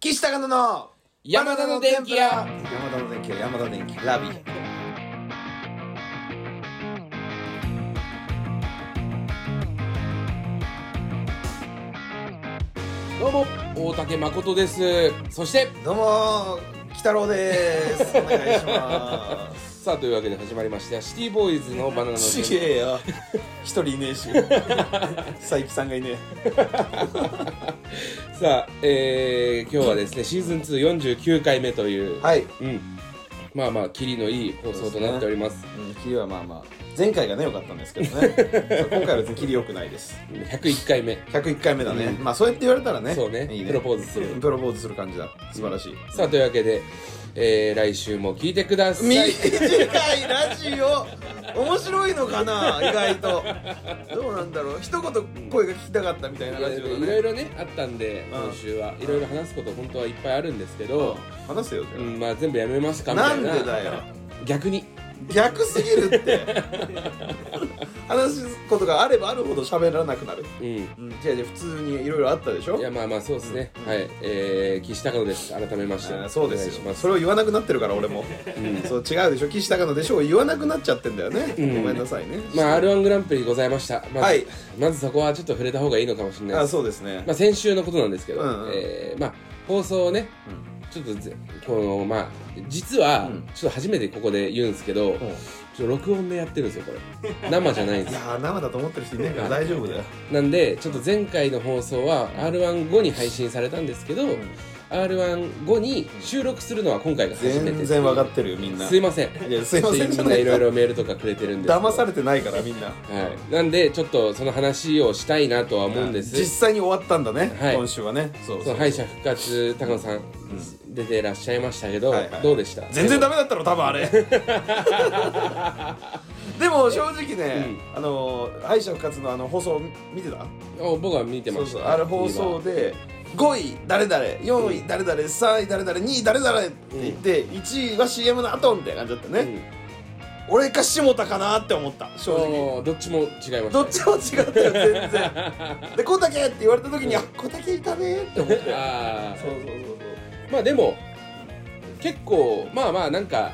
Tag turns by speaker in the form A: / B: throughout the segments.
A: 西高野の
B: 山田の電気屋
A: 山田の電気屋山田電気ラビー
B: どうも大竹誠ですそして
A: どうも鬼太郎ですお願いしま
B: さあというわけで始まりましたシティボーイズのバナナの
A: す
B: 電
A: ち
B: 気
A: げえよ一人いねえし 佐伯さんがいね
B: さあ、えー、今日はですねシーズン249回目という、
A: えはい
B: うんまあまあキリのいい放送となっております
A: うんキリはまあまあ前回がね良かったんですけどね そう今回は別にキリ良くないです
B: 101回目
A: 101回目だね、
B: うん
A: まあそうやって言われたらね
B: そうね
A: いいね
B: プロポーズする
A: プロポーズする感じだ素晴らしい、
B: さあというわけで、えー、来週も聞いてく ださい
A: 短いラジオ面白いのかな意外とどうなんだろう一言声が聞きたかったみたいない
B: や
A: ラジ
B: で
A: オ
B: も
A: だ
B: いろい
A: ね
B: ろねあったんで
A: うん
B: 今週はいろいろ話すこと本当はいっぱいあるんですけど、
A: 話せよじゃ
B: う
A: あ
B: ん、まあ全部やめますかみ
A: な
B: た
A: ん
B: い
A: で
B: な
A: だよ
B: 逆に
A: 逆すぎるって 話すことがあればあるほど喋らなくなる
B: うん
A: うん違う違う普通にいろいろあったでしょ
B: いやまあまあそうですね、
A: うん
B: はいえー、岸高野です改めまして
A: あーそうです
B: お
A: よ
B: 願いします
A: それを言わなくなってるから俺も、そう違うでしょ岸高野でしょを言わなくなっちゃってんだよね、
B: うん
A: ごめんなさいね
B: まあ r 1グランプリございましたまず,、
A: はい
B: まずそこはちょっと触れた方がいいのかもしれない
A: あ
B: です
A: そうですね、
B: まあ、先週のことなんですけど、
A: うんうん
B: えーまあ放送をね
A: うん
B: ちょっとぜこのまあ実は、
A: うん
B: ちょっと初めてここで言うんですけど、ちょっと録音でやってるんですよこれ生じゃないんで
A: い
B: す
A: や
B: よ
A: ー生だと思ってる人いないから大丈夫だよ、
B: なんでちょっと前回の放送は r 1後に配信されたんですけど、r 1後に収録するのは今回が初めてっていう
A: 全然分かってるよみんな
B: すいません
A: いやすいませんじゃ
B: みん
A: な
B: ないいろいろメールとかくれてるんですけど
A: 騙されてないからみんな
B: はい、なんでちょっとその話をしたいなとは思うんです
A: 実際に終わったんだね、
B: はい
A: 今週はねそうそう
B: その敗者復活高野さん、出てらっしゃいましたけど、
A: はいはい
B: どうでした
A: 全然ダメだったろ多分 あれでも正直ね、あのー敗者復活のあの放送見てた
B: あ僕は見てま
A: そう
B: した
A: そうあれ放送
B: で
A: で5位誰々4位誰々3位誰々2位誰々って言って、1位は CM の後みたいな感じだったね、俺か下田かなって思った正直
B: どっちも違いましたね
A: どっちも 違ったよ 全然で「こんだけ!」って言われた時に「あこんだけいたね」って思って
B: あ
A: そうそうそう
B: ーまあでも結構まあまあなんか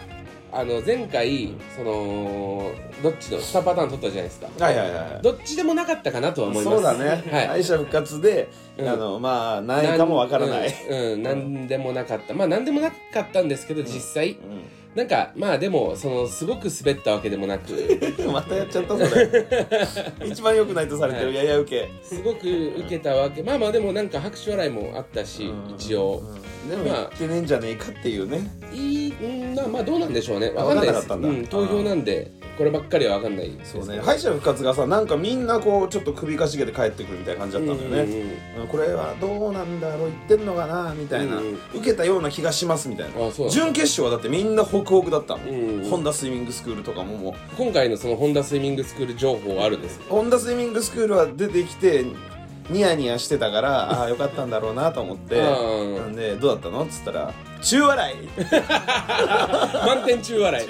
B: あの前回そのどっちの2パターン取ったじゃないですか
A: そうはいはいは
B: どっちでもなかったかなとは思います
A: そうだね、
B: はい
A: 敗者復活で、
B: うん
A: あのまあ何位かもわからない、
B: うん、うん、なんでもなかったまあなんでもなかったんですけど実際、
A: う
B: なんかまあでもそのすごく滑ったわけでもなく
A: ん またやっちゃったそれ 一番良くないとされて
B: は
A: る
B: い
A: やや受け、
B: すごく受けたわけまあまあでもなんか拍手笑いもあったし、
A: うん
B: 一応
A: でも
B: まあ
A: 言ってねえんじゃねえかっていうね、
B: いいんまあまあどうなんでしょうね
A: あ
B: わかんないで
A: 分
B: す
A: かんなかったんだ
B: うん、投票なんでこればっかりはわかんないです
A: そうね敗者復活がさなんかみんなこうちょっと首かしげて帰ってくるみたいな感じだったんだよね、
B: うんうん
A: うんこれはどうなんだろう言ってんのかなみたいな、
B: うん
A: 受けたような気がしますみたいな
B: あそうなんだ
A: 準決勝はだってみんなホクホクだったもん、
B: うんうん
A: ホンダスイミングスクールとかももう
B: 今回のそのホンダスイミングスクール情報はある んです
A: ホンダスイミングスクールは出てきてニヤニヤしてたから ああーよかったんだろうなと思って
B: うん
A: なんでどうだったのっつったら「中笑い! 」
B: 満点中笑い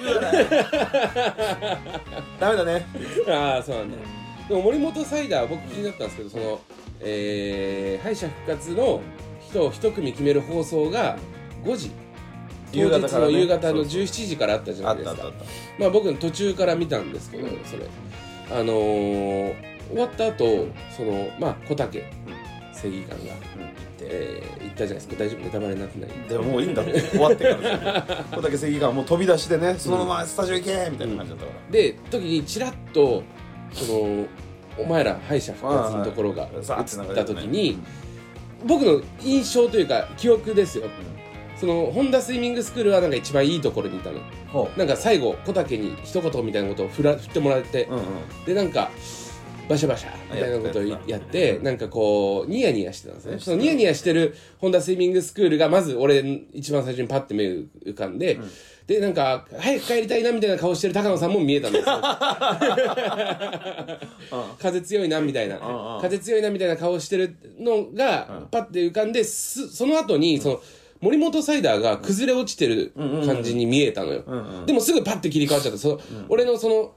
A: ダメだね
B: ああそうなんだ、でも森本サイダー僕気になったんですけどその、えー敗者復活の人を一組決める放送が5時
A: 夕方
B: 当日
A: から
B: の
A: ね
B: 夕方
A: そう
B: の
A: そう
B: 17時からあったじゃ
A: あ
B: ない
A: っ
B: で
A: たあ
B: す
A: ったあ
B: か
A: った
B: まあ僕途中から見たんですけど、
A: うん
B: それあのー終わった後そのまあ小竹正義感が、えー行ったじゃないですか大丈夫ネタバレになってない
A: でももういいんだって終わってから小竹正義がもう飛び出しでねそのままスタジオ行けみたいな感じだったから
B: で時にちらっとそのお前ら敗者復活のところが映
A: はい
B: った時に僕の印象というか記憶ですよそのホンダスイミングスクールはなんか一番いいところにいたの
A: ほ
B: なんか最後小竹に一言みたいなことを振ら振ってもらって、
A: うんうん
B: でなんかバシャバシャみたいなことを
A: や
B: や
A: っ
B: ってて
A: たやってた
B: なんかこうニヤニヤしてたんです
A: う
B: ね
A: ん
B: そのニヤニヤしてるホンダスイミングスクールがまず俺一番最初にパッて目浮かんで、でなんか早く帰りたいなみたいな顔してる高野さんも見えたんで すよ風強いなみたいな
A: うんうん
B: 風強いなみたいな顔してるのがパッて浮かんですその後にその森本サイダーが崩れ落ちてる感じに見えたのよ、
A: んうん
B: でもすぐパッて切り替わっちゃったその、俺のその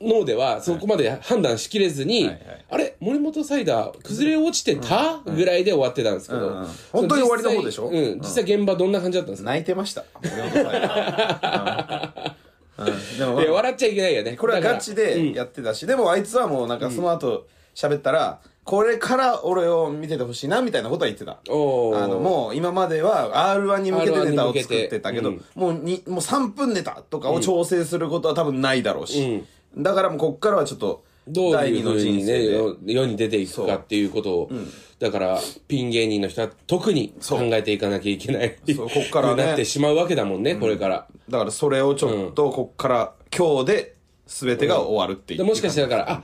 B: 脳ではそこまで判断しきれずに、
A: はいはい
B: あれ森本サイダー崩れ落ちてた、ぐらいで終わってたんですけど、
A: うんうん
C: 本当に終わりの方でしょ
B: その実際うん、実際現場どんな感じだったんですか、
A: 泣いてました俺のこと はうんうんでもまあ
B: いや笑っちゃいけないよね
A: これはガチで
B: だか
A: やってたし、でもあいつはもうなんかその後喋ったら、これから俺を見ててほしいなみたいなことは言ってた。
B: らおー
A: あのもう今までは R1 に向けて
B: R1
A: ネ
B: に
A: タ
B: 向
A: を
B: けて
A: 作ってたけど、
B: うん
A: もうにもう3分ネタとかを調整することは多分ないだろうし、だからもうこっからはちょっと
B: どう
A: 第
B: い
A: 二
B: うふ
A: の
B: う
A: 人
B: にね
A: 生で。
B: 世世に出ていくかっていうことを、だからピン芸人の人は特に考えていかなきゃいけない
A: そうこっからね
B: なってしまうわけだもんね、これから
A: だからそれをちょっとこっから今日で全てが終わるっていう。
B: でもしかしてだから「あ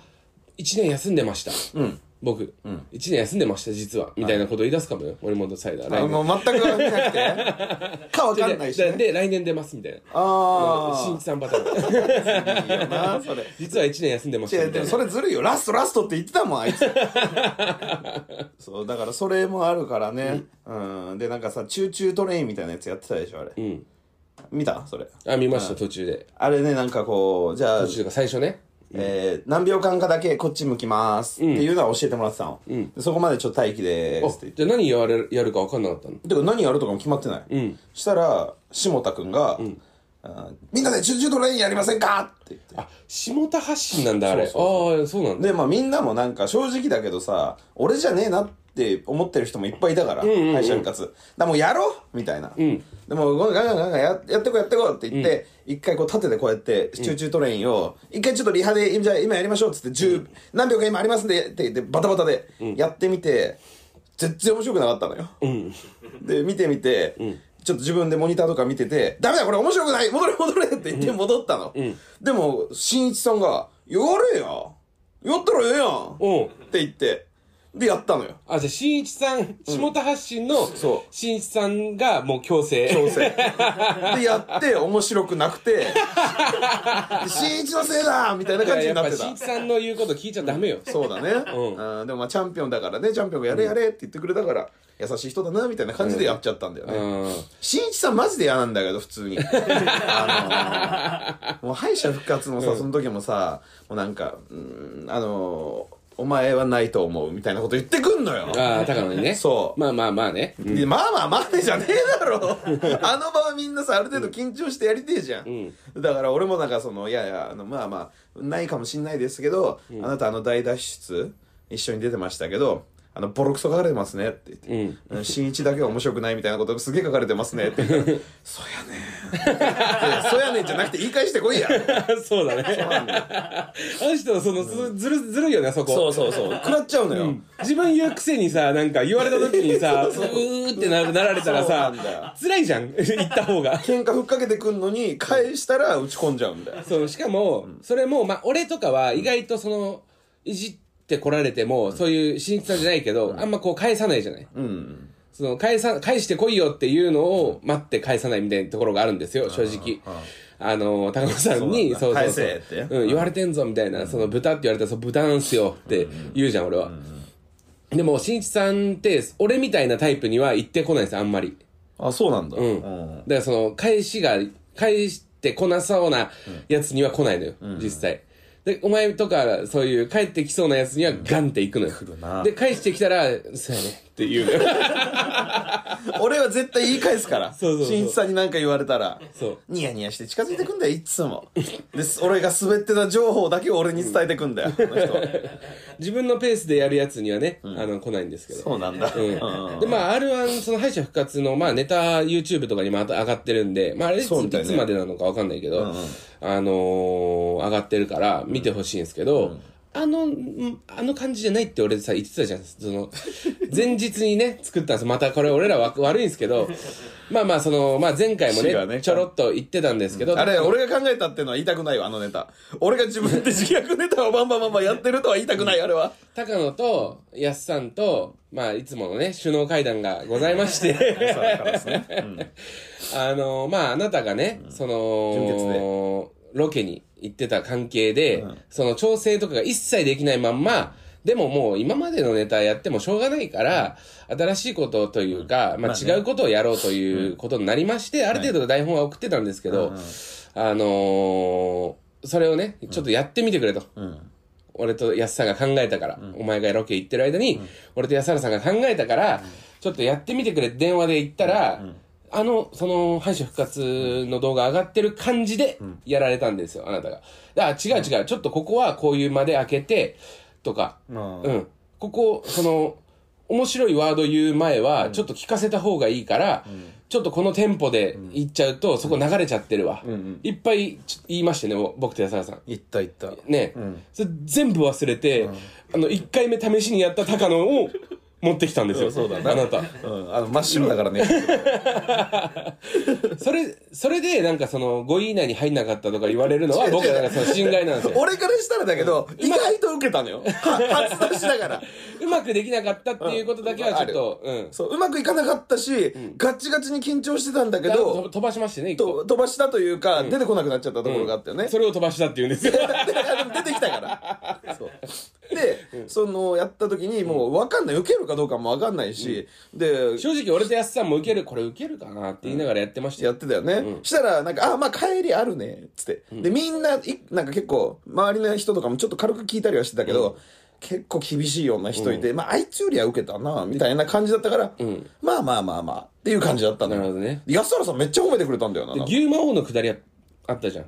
B: 一1年休んでました」僕、一1年休んでました実は」みたいなことを言い出すかもよ森本サイダー来
A: あ
B: 年
A: もう全くわかんなくて。かわかんないし
B: で
A: ね。
B: で来年出ますみたいな
A: あ
B: 新一さんパターン
A: あ。いいよな、それ。
B: 実は1年休んでまし
A: い
B: た
A: や
B: み
A: で
B: たい
A: もそ
B: な
A: れずるいよラストラストって言ってたもん あいつそうだからそれもあるからねうん、でなんかさ「チューチュートレイン」みたいなやつやってたでしょあれ、
B: ん
A: 見たそれ
B: あ見ました途中で
A: あれねなんかこうじゃあ
B: 途中とか最初ね
A: えー何秒間かだけこっち向きますっていうのは教えてもらってたの、でそこまでちょっと待機で
B: あ
A: ーすって言って
B: じゃあ何やれやるか分かんなかったの
A: てか何やるとかも決まってない、したら下田君が、あーみんなで「チューチュートレインやりませんか?」って言って
B: あ下田発信なんだあれ
A: そう
B: ああそうなんだ
A: でまあみんなもなんか正直だけどさ俺じゃねえなって思ってる人もいっぱいいたから敗者復活だからもうやろうみたいな、でもガンガンガンガンややってこうやってこうって言って、一回こう立ててこうやって集中トレインを、一回ちょっとリハでじゃあ今やりましょうっつって10、何秒か今ありますんでって言ってバタバタでやってみて、全然面白くなかったのよ、で見てみて、ちょっと自分でモニターとか見てて「ダメだこれ面白くない戻れ戻れ」って言って戻ったの、でもしんいちさんが「やれよやったらええやん」
B: うん
A: って言ってでやったのよ
B: あじゃあ新一さん下田発信の
A: そう
B: 新一さんがもう強制
A: 強 制でやって面白くなくて「しんいちのせいだ!」みたいな感じに
B: やっ
A: なっ
B: ぱ
A: て
B: 新
A: た
B: 一さんの言うこと聞いちゃダメよ
A: そうだね、
B: ん
A: うんでもまあチャンピオンだからねチャンピオンが「やれやれ」って言ってくれたから優しい人だなみたいな感じでやっちゃったんだよね、
B: うん
A: しんいちさんマジで嫌なんだけど普通にあのーもう敗者復活もさその時もさ、もうなんかうーんあのーお前はないと思うみたいなこと言ってくんのよ
B: ああ高野にね
A: そう
B: まあまあまあねうん
A: でまあまあ待ってじゃねえだろ あの場はみんなさある程度緊張してやりてえじゃん、だから俺もなんかそのいやいやあのまあまあないかもしんないですけど、あなたあの大脱出一緒に出てましたけどあのボロクソ書かれてますねって言ってうん「新一だけは面白くない」みたいなことすげえ書かれてますねって言 ったら「そうやねん」いやそうやねん」じゃなくて言い返してこいや
B: そうだねあの人はそのずずるずるいよねそこ
A: う そうそう食らっちゃうのよ、
B: 自分言うくせにさなんか言われた時 にさうーってななられたらさ
A: そうなんだよ
B: 辛いじゃん 言った方が
A: 喧嘩ふっかけてくんのに返したら打ち込んじゃうんだよ
B: そうしかも、それも、まあ、俺とかは意外とそのいじってこられても、そういう親切さんじゃないけど、あんまこう返さないじゃない、
A: うん
B: その返さ返してこいよっていうのを待って返さないみたいなところがあるんですよ、正直。あの高野さんに
A: そうなんだ
B: そう
A: 返せって
B: うん、言われてんぞみたいな、その豚って言われたらそう豚なんすよって言うじゃん俺は、でもしんいちさんって俺みたいなタイプには言ってこないんですあんまり
A: あそうなんだ、
B: うんだからその返しが返してこなそうなやつには来ないのよ、実際でお前とかそういう帰ってきそうなやつにはガンっていくのよ、
A: るな
B: で返してきたら「そうやね」っ て言うのよ
A: 俺は絶対言い返すから
B: そうそうそう
A: しんいちさんに何か言われたら
B: そう
A: ニヤニヤして近づいてくんだよいつもです俺が滑ってた情報だけを俺に伝えてくんだよ、この人は
B: 自分のペースでやるやつにはね、あの来ないんですけど
A: そうなんだ、うん
B: でまあ R1 その敗者復活のまあネタ YouTube とかにまた上がってるんでまああれいつ,、
A: そうみたいね
B: までなのかわかんないけど、あのー、上がってるから見てほしいんですけど、あの、んあの感じじゃないって俺さ、言ってたじゃん。その、前日にね、作ったんです。またこれ俺らわ悪いんですけど、まあまあその、まあ前回も
A: 違う
B: ね、
A: ね
B: ちょろっと言ってたんですけど、
A: あれ俺が考えたっていうのは言いたくないわあのネタ俺が自分で自虐ネタをバンバンバンバンやってるとは言いたくないあれは
B: 高野と安さんと、まあ、いつものね首脳会談がござい ましてあのまああなたがね、そ
A: 純潔
B: のロケに行ってた関係で、その調整とかが一切できないまんまでももう今までのネタやってもしょうがないから、新しいことというか、まあ、違うことをやろうということになりまして、ある程度台本は送ってたんですけど、あのーそれをね、ちょっとやってみてくれと。
A: うん。
B: 俺と安さんが考えたから、お前がロケ行ってる間に、俺と安原さんが考えたから、ちょっとやってみてくれって電話で言ったら、あの、その、敗者復活の動画上がってる感じで、やられたんですよ、あなたが。だから違う違う、ちょっとここはこういう間で開けて、とか、
A: うん
B: うん。ここ、その、面白いワード言う前は、ちょっと聞かせた方がいいから、ちょっとこのテンポで行っちゃうと、そこ流れちゃってるわ。いっぱいちょ言いましたね、僕と安原さん。
A: いったいった。
B: ね、それ全部忘れて、あの1回目試しにやった高野を持ってきたんですよ
A: そうだな
B: あなた
A: うん。あの、真っ白だからね。
B: それそれでなんかその5位以内に入んなかったとか言われるのは
A: 違う
B: 僕
A: 違う
B: はなんかその侵害なんですよ
A: 俺からしたらだけど、意外と受けたのよ。は初出しだから。
B: うまくできなかったっていうことだけはちょっと、うん
A: そう、うまくいかなかったし、ガッチガチに緊張してたんだけ
B: だから
A: ど
B: と、飛ばしましてね一個
A: と飛ばしたというか、出てこなくなっちゃったところがあったよね。
B: それを飛ばしたっていうんですよ
A: であでも出てきたから。そうで、その、やった時に、もう分かんない。受けるかどうかも分かんないし、で、
B: 正直俺と安さんも受けるこれ受けるかなって言いながらやってましたよ、
A: やってたよね。したら、なんか、あ、まあ帰りあるね、つって。で、みんな、いなんか結構、周りの人とかもちょっと軽く聞いたりはしてたけど、結構厳しいような人いて、まああいつよりは受けたな、みたいな感じだったから、まあまあまあまあ、っていう感じだったのよ
B: なるほどね。
A: 安原さんめっちゃ褒めてくれたんだよな。なんか
B: 牛魔王のくだりああったじゃん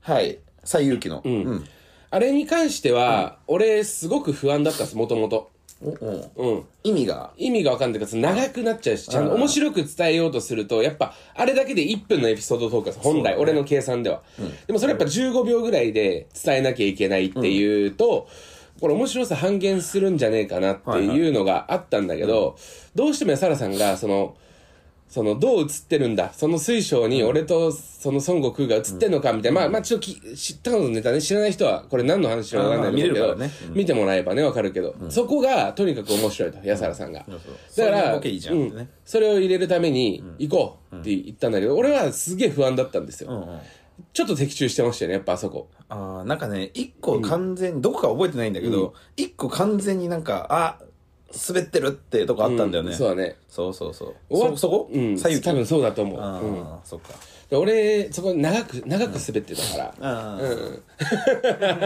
A: はい。最有機の。うん。
B: あれに関しては、俺すごく不安だったんですもともと
A: おうん
B: うん
A: 意味が。
B: 意味が分かんないからその長くなっちゃうしちゃんと面白く伝えようとするとやっぱあれだけで1分のエピソードトークです本来俺の計算では、でもそれやっぱ15秒ぐらいで伝えなきゃいけないっていうと、これ面白さ半減するんじゃねえかなっていうのがあったんだけど、どうしても安原さんがそのそのどう映ってるんだその水晶に俺とその孫悟空が映ってんのかみたいな、まあまあちょっとき知ったのネタね知らない人はこれ何の話かわかんないと思うけ
A: あ
B: ど
A: まあ見れるからね
B: 見てもらえばねわかるけど、そこがとにかく面白いと安原さんが、
A: そう
B: だか
A: それ
B: ら
A: ボケいいじゃんってね
B: うんそれを入れるために行こうって言ったんだけど、俺はすげえ不安だったんですよ、
A: うんうん
B: ちょっと的中してましたよねやっぱあそこ
A: あーなんかね、一個完全に、どこか覚えてないんだけど、一、個完全になんか、あ、滑ってるってとこあったんだよね。
B: そうだね
A: そうそうそう。
B: 終わ
A: そ、そこ
B: うん
A: 左右
B: 多分そうだと思
A: あ
B: う、うん
A: ー、そっか。
B: で俺そこ長く長く滑ってたから、
A: あー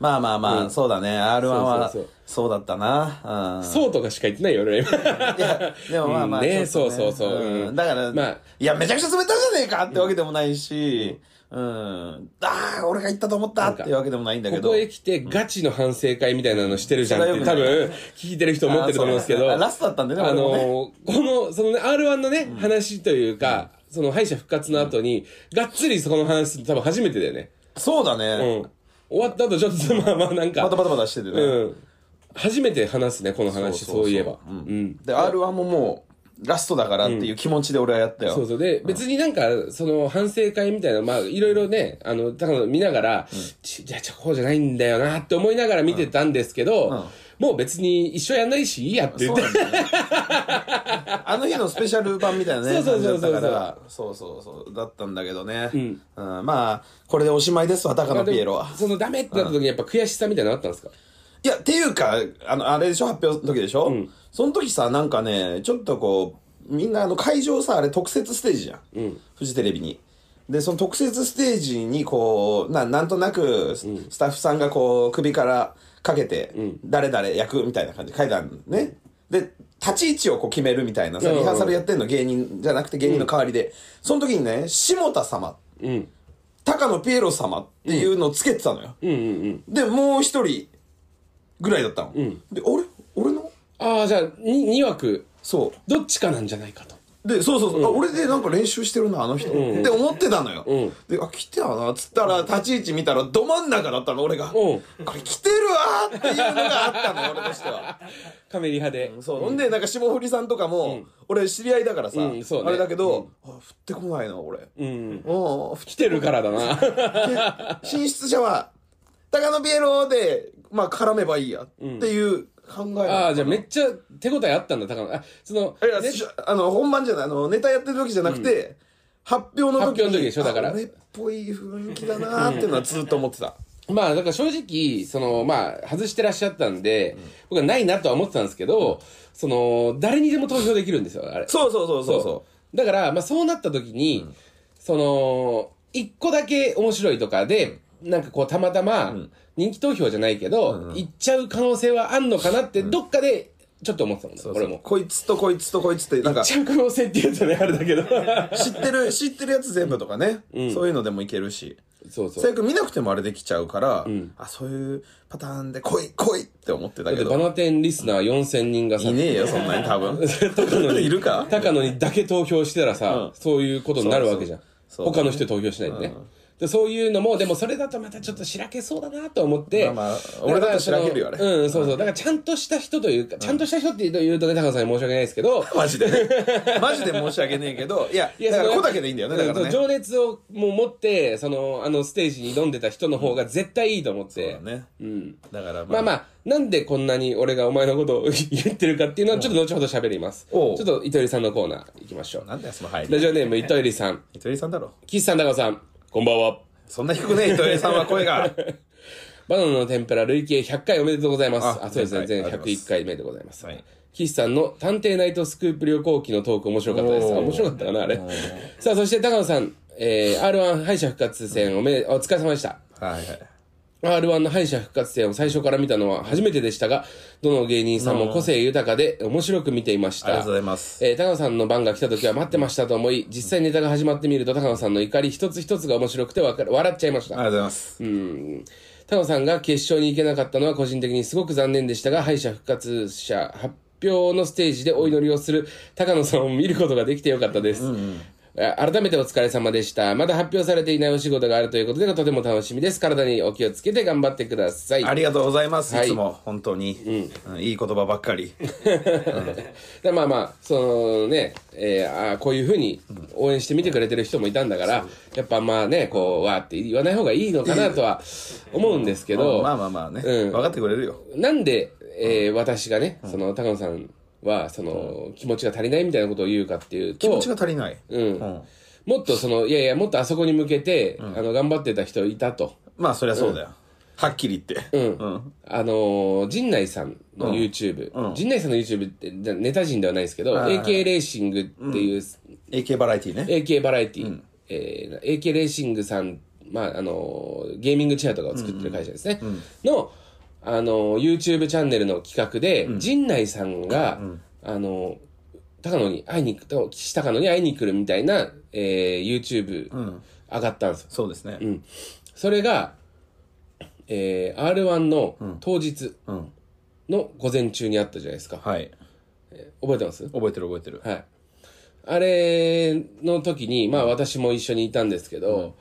A: まあまあまあ、そうだね。R1 は、
B: そうそうそう
A: そうだったな。 うん。
B: そうとかしか言ってないよ俺今
A: いや、でもまあまあ、
B: うんね
A: ちょっと
B: そうそうそうんうん
A: だから、
B: まあ
A: いや、めちゃくちゃ滑ったじゃねえかってわけでもないし、うん。ああ、俺が言ったと思ったっていうわけでもないんだけ
B: こ
A: ど。
B: こへ来てガチの反省会みたいなのしてるじゃんっ
A: う
B: て
A: ん
B: 多分聞いてる人思ってると思うんですけ
A: あー
B: ど
A: そうラストだったんでね、
B: あ
A: 俺もね
B: のーこの、そのね、R1 のね、話というか、その敗者復活の後に、がっつりそこの話するの多分初めてだよね。
A: そうだ
B: う
A: ね。
B: ん。終わった後ちょっと、まあまあなんか、
A: バタバタバタしててね。
B: うん。初めて話すね、この話、そういえば。うん。
A: で、R1 ももう、ラストだからっていう気持ちで俺はやったよ。
B: そうそう。で、別になんか、その、反省会みたいな、まあ、いろいろね、あの、高野見ながら、ちじゃあ、じゃあこうじゃないんだよな、って思いながら見てたんですけど、もう別に一生やんないし、いいやって言って、
A: そうなんだよね あの日のスペシャル版みたいなね、
B: そうそうそうそ
A: 感
B: う
A: じだったから、そうそうそう、だったんだけどね。うん。まあ、これでおしまいですわ、高野ピエロは。
B: その、ダメってなった時にやっぱ悔しさみたいなのあったんですか
A: いや、っていうか、あの、あれでしょ発表の時でしょ、その時さ、なんかね、ちょっとこう、みんなあの会場さ、あれ特設ステージじゃん。フジテレビに。で、その特設ステージにこう、ななんとなくス、スタッフさんがこう、首からかけて、誰々役みたいな感じで書いてあるのね。で、立ち位置をこう決めるみたいなさ、
B: うんうん
A: リハーサルやってんの芸人じゃなくて芸人の代わりで。その時にね、下田様、
B: うん。
A: 高野ピエロ様っていうのをつけてたのよ。
B: うんうんうん。
A: で、もう一人ぐらいだったの。で、あれ俺の
B: ああ、じゃあ、に2枠、
A: そ
B: どっちかなんじゃないかと。
A: う。で、そうそうそう、あ、俺でなんか練習してるな、あの人。って思ってたのよ。で、あ、来てたな、つったら、立ち位置見たら、ど真ん中だったの、俺が。
B: う
A: こ
B: ん
A: れ来てるわーっていうのがあった の、俺としては。
B: カメリ派で。
A: そう。ほんで、なんか霜降りさんとかも、俺知り合いだからさ、
B: うんそうね
A: あれだけど、あ、降ってこないな、俺。うん。降
B: 来てるからだな。
A: 進出者は、高野ピエロで、まあ、絡めばいいや、っていう考えなのかな
B: ああ、じゃあめっちゃ手応えあったんだ、高野。あ、その、
A: いや、
B: ね
A: しあの、本番じゃない、あの、ネタやってる時じゃなくて、発表の時に。
B: 発表の時でしょだから
A: あ俺っぽい雰囲気だなーっていうのはずっと思ってた。
B: まあ、だから正直、その、まあ、外してらっしゃったんで、僕はないなとは思ってたんですけど、その、誰にでも投票できるんですよ、あれ。
A: そうそうそうそう。そう
B: だから、まあ、そうなった時に、その、一個だけ面白いとかで、なんかこうたまたま人気投票じゃないけど、行っちゃう可能性はあんのかなって、どっかでちょっと思ってたもんね、俺も。
A: こいつとこいつとこいつってなん
B: 行
A: か
B: っちゃう可能性って言うとね、あれだけど。
A: 知ってる知ってるやつ全部とかね、そういうのでもいけるし
B: そうそう。
A: 最悪見なくてもあれできちゃうから、あそういうパターンで来い来いって思ってたけ
B: で
A: ど
B: バナテンリスナー4000人がさ
A: い、ねえよそんなに多 分いるか
B: 高野にだけ投票してたらさ、そういうことになるわけじゃん。
A: そうそう
B: 他の人に投票しないでね。でそういうのも、でもそれだとまたちょっとしらけそうだなと思って。
A: まあまあ
B: だから
A: 俺だったらしらけるよあれ
B: そのうん、そうそう。だからちゃんとした人というか、ちゃんとした人って言うとね、高野さんに申し訳ないです けど、
A: マジでねマジで申し訳ねえけどいや
B: いや
A: だから
B: そ
A: 子
B: の
A: だけでいいんだよねだか
B: う
A: ら
B: ん
A: ね
B: 情熱をもう持って、その、あのステージに挑んでた人の方が絶対いいと思っ
A: そう
B: て。
A: だね、だから
B: まあまあ、なんでこんなに俺がお前のことを言ってるかっていうのはちょっと後ほど喋ります。ち
A: お
B: ょ
A: う
B: っと糸入さんのコーナー行きましょう。
A: なんだよその入
B: ラ
A: り
B: ジオネーム糸入さん。
A: 糸井さんだろ
B: 岸さん、高尾さん、こんばんは。
A: そんな低くねえ糸井さんは声が
B: バナナの天ぷら累計100回おめでとうございます。
A: あ
B: あ、そうですね。
A: 前
B: 全
A: 回ありがとうございま
B: 101
A: す
B: 回目でございます。
A: はい
B: 岸さんの探偵ナイトスクープ旅行記のトーク面白かったです。
A: おー
B: あ面白かったかな、あれ。さあ、そして高野さん、えー、R1 敗者復活戦おめで、お疲れ様でした。
A: はいはい
B: R1 の敗者復活戦を最初から見たのは初めてでしたが、どの芸人さんも個性豊かで面白く見ていました。
A: ありがとうございます
B: えー高野さんの番が来た時は待ってましたと思い、実際ネタが始まってみると高野さんの怒り一つ一つが面白くてわかる笑っちゃいまし
A: あり。がとう
B: た
A: ございます、
B: タ野さんが決勝に行けなかったのは個人的にすごく残念でしたが、敗者復活者発表のステージでお祈りをする高野さんを見ることができてよかったです。あ改めてお疲れ様でした。まだ発表されていないお仕事があるということで、とても楽しみです。体にお気をつけて頑張ってください。
A: ありがとうございます、
B: はい
A: い、つも本当に、うんいい言葉ばっかり
B: でまあまあそのね、えー、あーこういうふうに応援してみてくれてる人もいたんだから、やっぱまあねこうわーって言わない方がいいのかなとは思うんですけど、
A: まあまあまあね、
B: うん
A: 分かってくれるよ
B: なんで、えー私がねその高野さんはその、気持ちが足りないみたいなことを言うかっていうと
A: 気持ちが足りない、
B: うん
A: うん
B: もっとそのいやいやもっとあそこに向けて、あの頑張ってた人いたと。
A: まあそりゃそうだよ、はっきり言って、うん
B: あのー陣内さんの YouTube、陣内さんの YouTube ってじゃネタ陣ではないですけど、AK レーシングっていう
A: AK バラエティね
B: AK バラエティ、えー AK レーシングさん、まああのーゲーミングチェアとかを作ってる会社ですね、の、あのー YouTube チャンネルの企画で、陣内さんが、あのー高野に会いに行くと岸高野に会いに来るみたいな、えー YouTube 上がったんですよ、
A: そうですね、
B: それが、えー、R1 の当日の午前中にあったじゃないですか、
A: はい
B: 覚えてます
A: 覚えてる覚えてる
B: はい。あれの時に、まあ私も一緒にいたんですけど、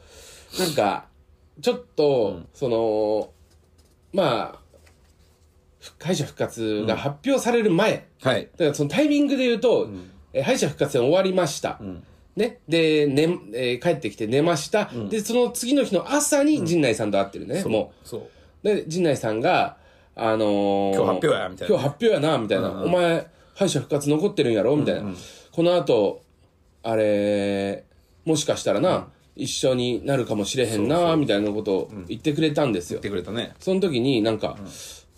B: なんか、ちょっと、その、まあ、ふ敗者復活が発表される前、
A: はい
B: だからそのタイミングで言うと、え敗者復活戦終わりました。ね、で、ねえー帰ってきて寝ました、で、その次の日の朝に陣内さんと会ってるね、もう。
A: そう
B: で、陣内さんが、あのー
A: 今日発表やみたいな
B: 今日発表やな、みたいな。お前、敗者復活残ってるんやろみたいな。この後、あれ、もしかしたらな、一緒になるかもしれへんな、みたいなことを言ってくれたんですよ
A: 言って。くれた ね
B: その時になんか、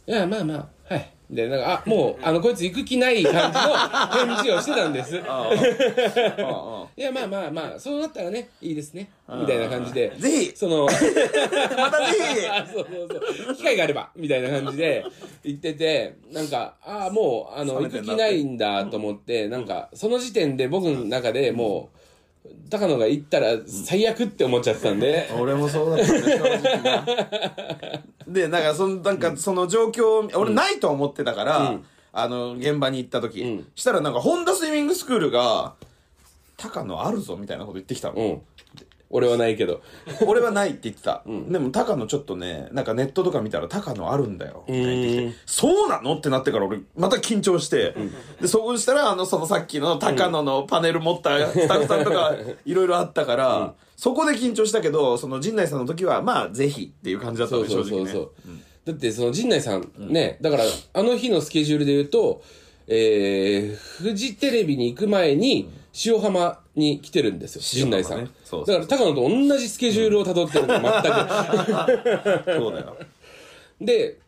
B: いや、まあまあ、はい。で、なんか、あ、もう、あの、こいつ行く気ない感じの返事をしてた んです。いや、まあまあまあ、そうなったらね、いいですね。みたいな感じで。
A: ぜひ
B: そ の、
A: またぜ
B: あ そうそうそう。機会があれば、みたいな感じで言ってて、なんか、ああ、もう、あ
A: 冷
B: の、
A: め
B: 行
A: て
B: く
A: んな
B: 気ないんだと思って、なんか、その時点で僕の中でもう、高野が行ったら最悪って思っちゃってたんで
A: ひ、 俺もそうだったね正直なでなんかそのなんかその状況を俺ないと思ってたから、あの現場に行った時、したらなんかホンダスイミングスクールが高野あるぞみたいなこと言ってきたの、
B: うん。俺はないけど。
A: 俺はないって言ってた、でも高野ちょっとねなんかネットとか見たら高野あるんだよみたいな言ってきてそうなのってなってから俺また緊張して、でそうしたらあのそのさっきの高野のパネル持ったスタッフさんとかいろいろあったから、そこで緊張したけどその陣内さんの時はまあぜひっていう感じだった
B: そ
A: の
B: う
A: ね
B: そ
A: 正
B: うそ
A: 直
B: う
A: ね
B: そう。だって、その陣内さんね、だから、あの日のスケジュールで言うと、えー、フジテレビに行く前に、塩浜に来てるんですよ、陣内さ
A: 塩
B: ん
A: 浜ねそ。うそ
B: だ
A: う
B: から、高野と同じスケジュールを辿ってるの、全く。
A: そうだよ
B: で、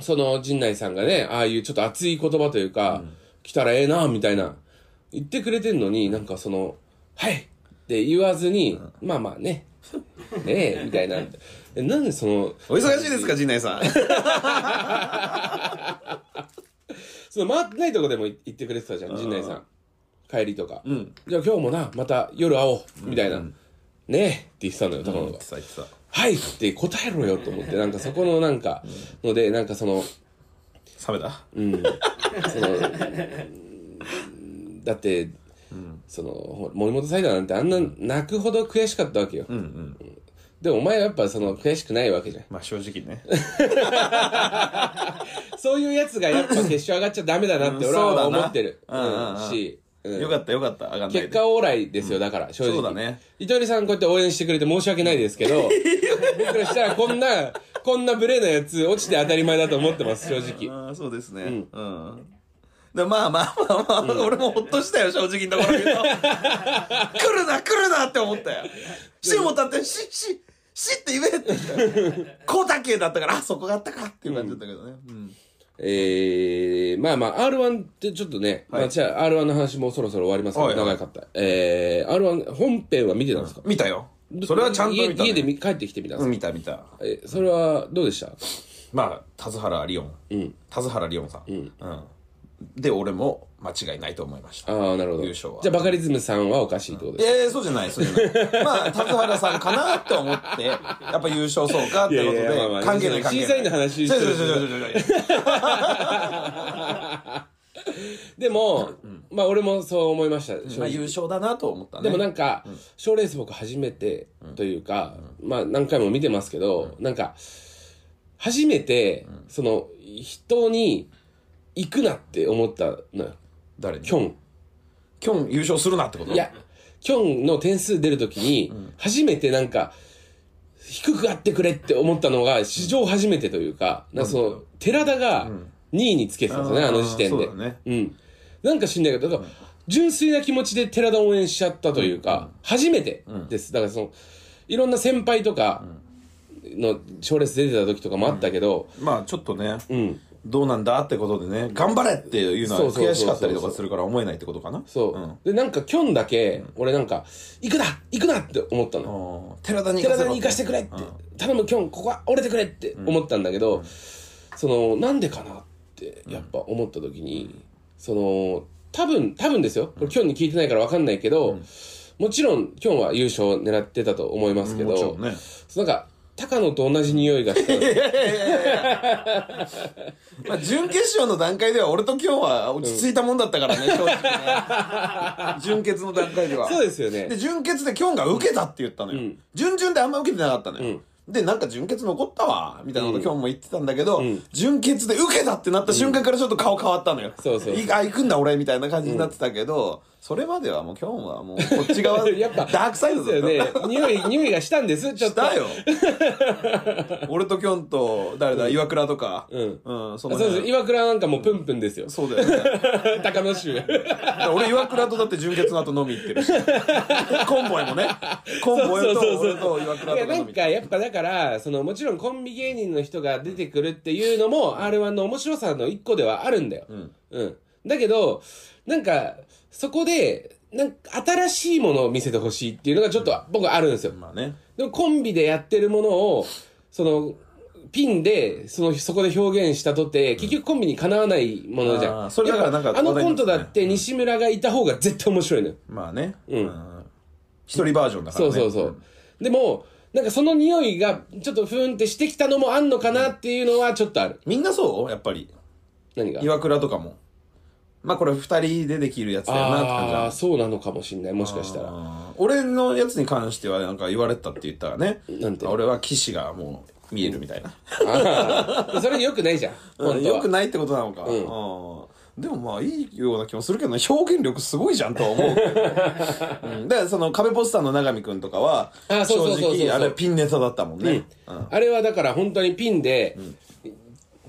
B: その陣内さんがね、ああいうちょっと熱い言葉というか、来たらええな、みたいな、言ってくれてんのに、なんかその、はいって言わずに、まあまあね、ねえみたいなえなんでその
A: お忙しいですか陣内さん
B: その回ってないとこでもい言ってくれてたじゃん陣内さん帰りとか、じゃあ今日もなまた夜会おうみたいな、ねえって言ってたのよ高野が、
A: さっきさ
B: はいって答えろよと思ってなんかそこのなんかのでなんかその
A: 冷めた
B: そのだって、そのほ森本サイダーなんてあんな泣くほど悔しかったわけよ、でもお前はやっぱその悔しくないわけじゃん
A: まあ正直ね
B: そういうやつがやっぱ決勝上がっちゃダメだなって俺
A: うんそう
B: は
A: だな
B: 思ってる、
A: うんうんうん
B: し、うん
A: よかったよかった上がんないで
B: 結果オーライですよ、だから、正直。
A: そうだね。
B: 伊藤さんこうやって応援してくれて申し訳ないです けど、僕らしたらこんな、こんな無礼なやつ落ちて当たり前だと思ってます、正直。
A: ああそうですねうん、だまあまあまあまあ、俺もほっとしたよ正直なところ言うと来るな来るなって思ったよしもたってしししって言えって言ったよこうだけだったからあそこがあったかっていう感じだったけどね、うん
B: えー、まあまあ、R1 ってちょっとね、まあじゃあ R1 の話もそろそろ終わりますけど、
A: はいはい
B: 長かった。えー、R1 本編は見てたんですか、
A: 見たよそれはちゃんと見た、ね、
B: 家家で見帰ってきてみたんで
A: う
B: すか、
A: ん見た見た
B: えーそれはどうでした
A: まあ田津原リオン、田津原リオンさん、うんで俺も間違いないと思いました
B: ああ、なるほど。
A: 優勝は
B: じゃあ、バカリズムさんはおかしいってことですか、
A: ええそうじゃない、そうじゃ ない。まあ、田津原さんかなって思って、やっぱ優勝そうかってこと
B: いやいやまあまあ
A: で、関係ない関係ない。
B: 審査員の話
A: そうそうそうそうそうそう。
B: でも、まあ俺もそう思いました、正
A: まあ、
B: 直。
A: 優勝だなと思ったね。
B: でもなんか、賞、ーレース僕初めてというか、まあ何回も見てますけど、なんか、初めて、その、人に行くなって思ったのよ。
A: 誰に
B: キョン。
A: キョン優勝するなってこと
B: いや、キョンの点数出るときに、初めてなんか、低くあってくれって思ったのが、史上初めてというか、なんかその、寺田が2位につけてたんですよね、
A: あー
B: あの時点で。
A: そうだね
B: ん。なんか知んないけど、だから、純粋な気持ちで寺田応援しちゃったというか、初めてです。だからその、いろんな先輩とかの賞レース出てた時とかもあったけど、
A: まあ、ちょっとね、
B: ん
A: どうなんだってことでね、頑張れっていうのは
B: そうそうそう
A: 悔し
B: そう
A: かったりとかするから思えないってことかな。
B: そう。で、なんかキョンだけ、俺なんか、行くな行くなって思ったの。
A: うん寺田に
B: 寺
A: せ
B: 田
A: ろ
B: に行かしてくれって、頼むきょんここは折れてくれって思ったんだけど、そのなんでかなってやっぱ思った時に、その多分多分ですよこれきょんに聞いてないから分かんないけど、もちろんきょんは優勝を狙ってたと思いますけど、
A: もちろんね。
B: なんか高野と同じ匂い がした
A: まあ、準決勝の段階では俺と今日は落ち着いたもんだったからね、正直ね。 準決の段階では。
B: そうですよね
A: で、準決でキョンが受けたって言ったのよ。準々であんま受けてなかったのよ。で、なんか準決残ったわ、みたいなことキョンも言ってたんだけど、準決で受けたってなった瞬間からちょっと顔変わったのよ。
B: そうそう
A: いあ、行くんだ俺、みたいな感じになってたけど、それまではもうキョンはもうこっち側、
B: やっぱ
A: ダークサイドだ
B: そう
A: よ
B: よね匂い匂いがしたんですちょっ
A: し
B: と
A: たよ。俺とキョンと、誰だ、岩倉とか。うん。その
B: そうです
A: 辺
B: 岩倉なんかもうプンプンですよ
A: そうだよね。
B: 高野衆
A: だから俺岩倉とだって純潔の後飲み行って るしコンボイもねコンボイと俺と岩倉
B: い
A: と
B: や
A: か
B: な
A: 飲み行
B: ん
A: っ
B: か
A: て
B: やっぱだからそのもちろんコンビ芸人の人が出てくるっていうのも r 1の面白さの一個ではあるんだよ、うんだけどなんかそこでなんか新しいものを見せてほしいっていうのがちょっと僕はあるんですよ、
A: まあね
B: でもコンビでやってるものをそのピンでそのそこで表現したとて結局コンビにかなわないものじゃ
A: あー
B: ん
A: それだからなんか
B: やっぱあの
A: 話題
B: コ
A: に
B: ン
A: なってたね
B: トだって西村がいた方が絶対面白いのよ
A: まあねうん一人バージョンだから
B: そ
A: ね
B: うそうそう。でも、なんかその匂いがちょっとふーんってしてきたのもあんのかなっていうのはちょっとある。
A: みんなそうやっぱり
B: 何が
A: 岩倉とかもまあこれ二人でできるやつだよなって感じ
B: あ
A: だ
B: あ、そうなのかもしんない。もしかしたら。
A: 俺のやつに関してはなんか言われたって言ったらね
B: なんて
A: 俺は騎士がもう見えるみたいな
B: あ ーそれ良くないじゃん。本当は
A: よくないってことなのか、うんでもまあいいような気もするけどね表現力すごいじゃんとは思うけ ど、うん、でその壁ポスターの永見くんとかは
B: あそうそうそうそうそう
A: 正直あれピンネタだったもんね、
B: あれはだから本当にピンで、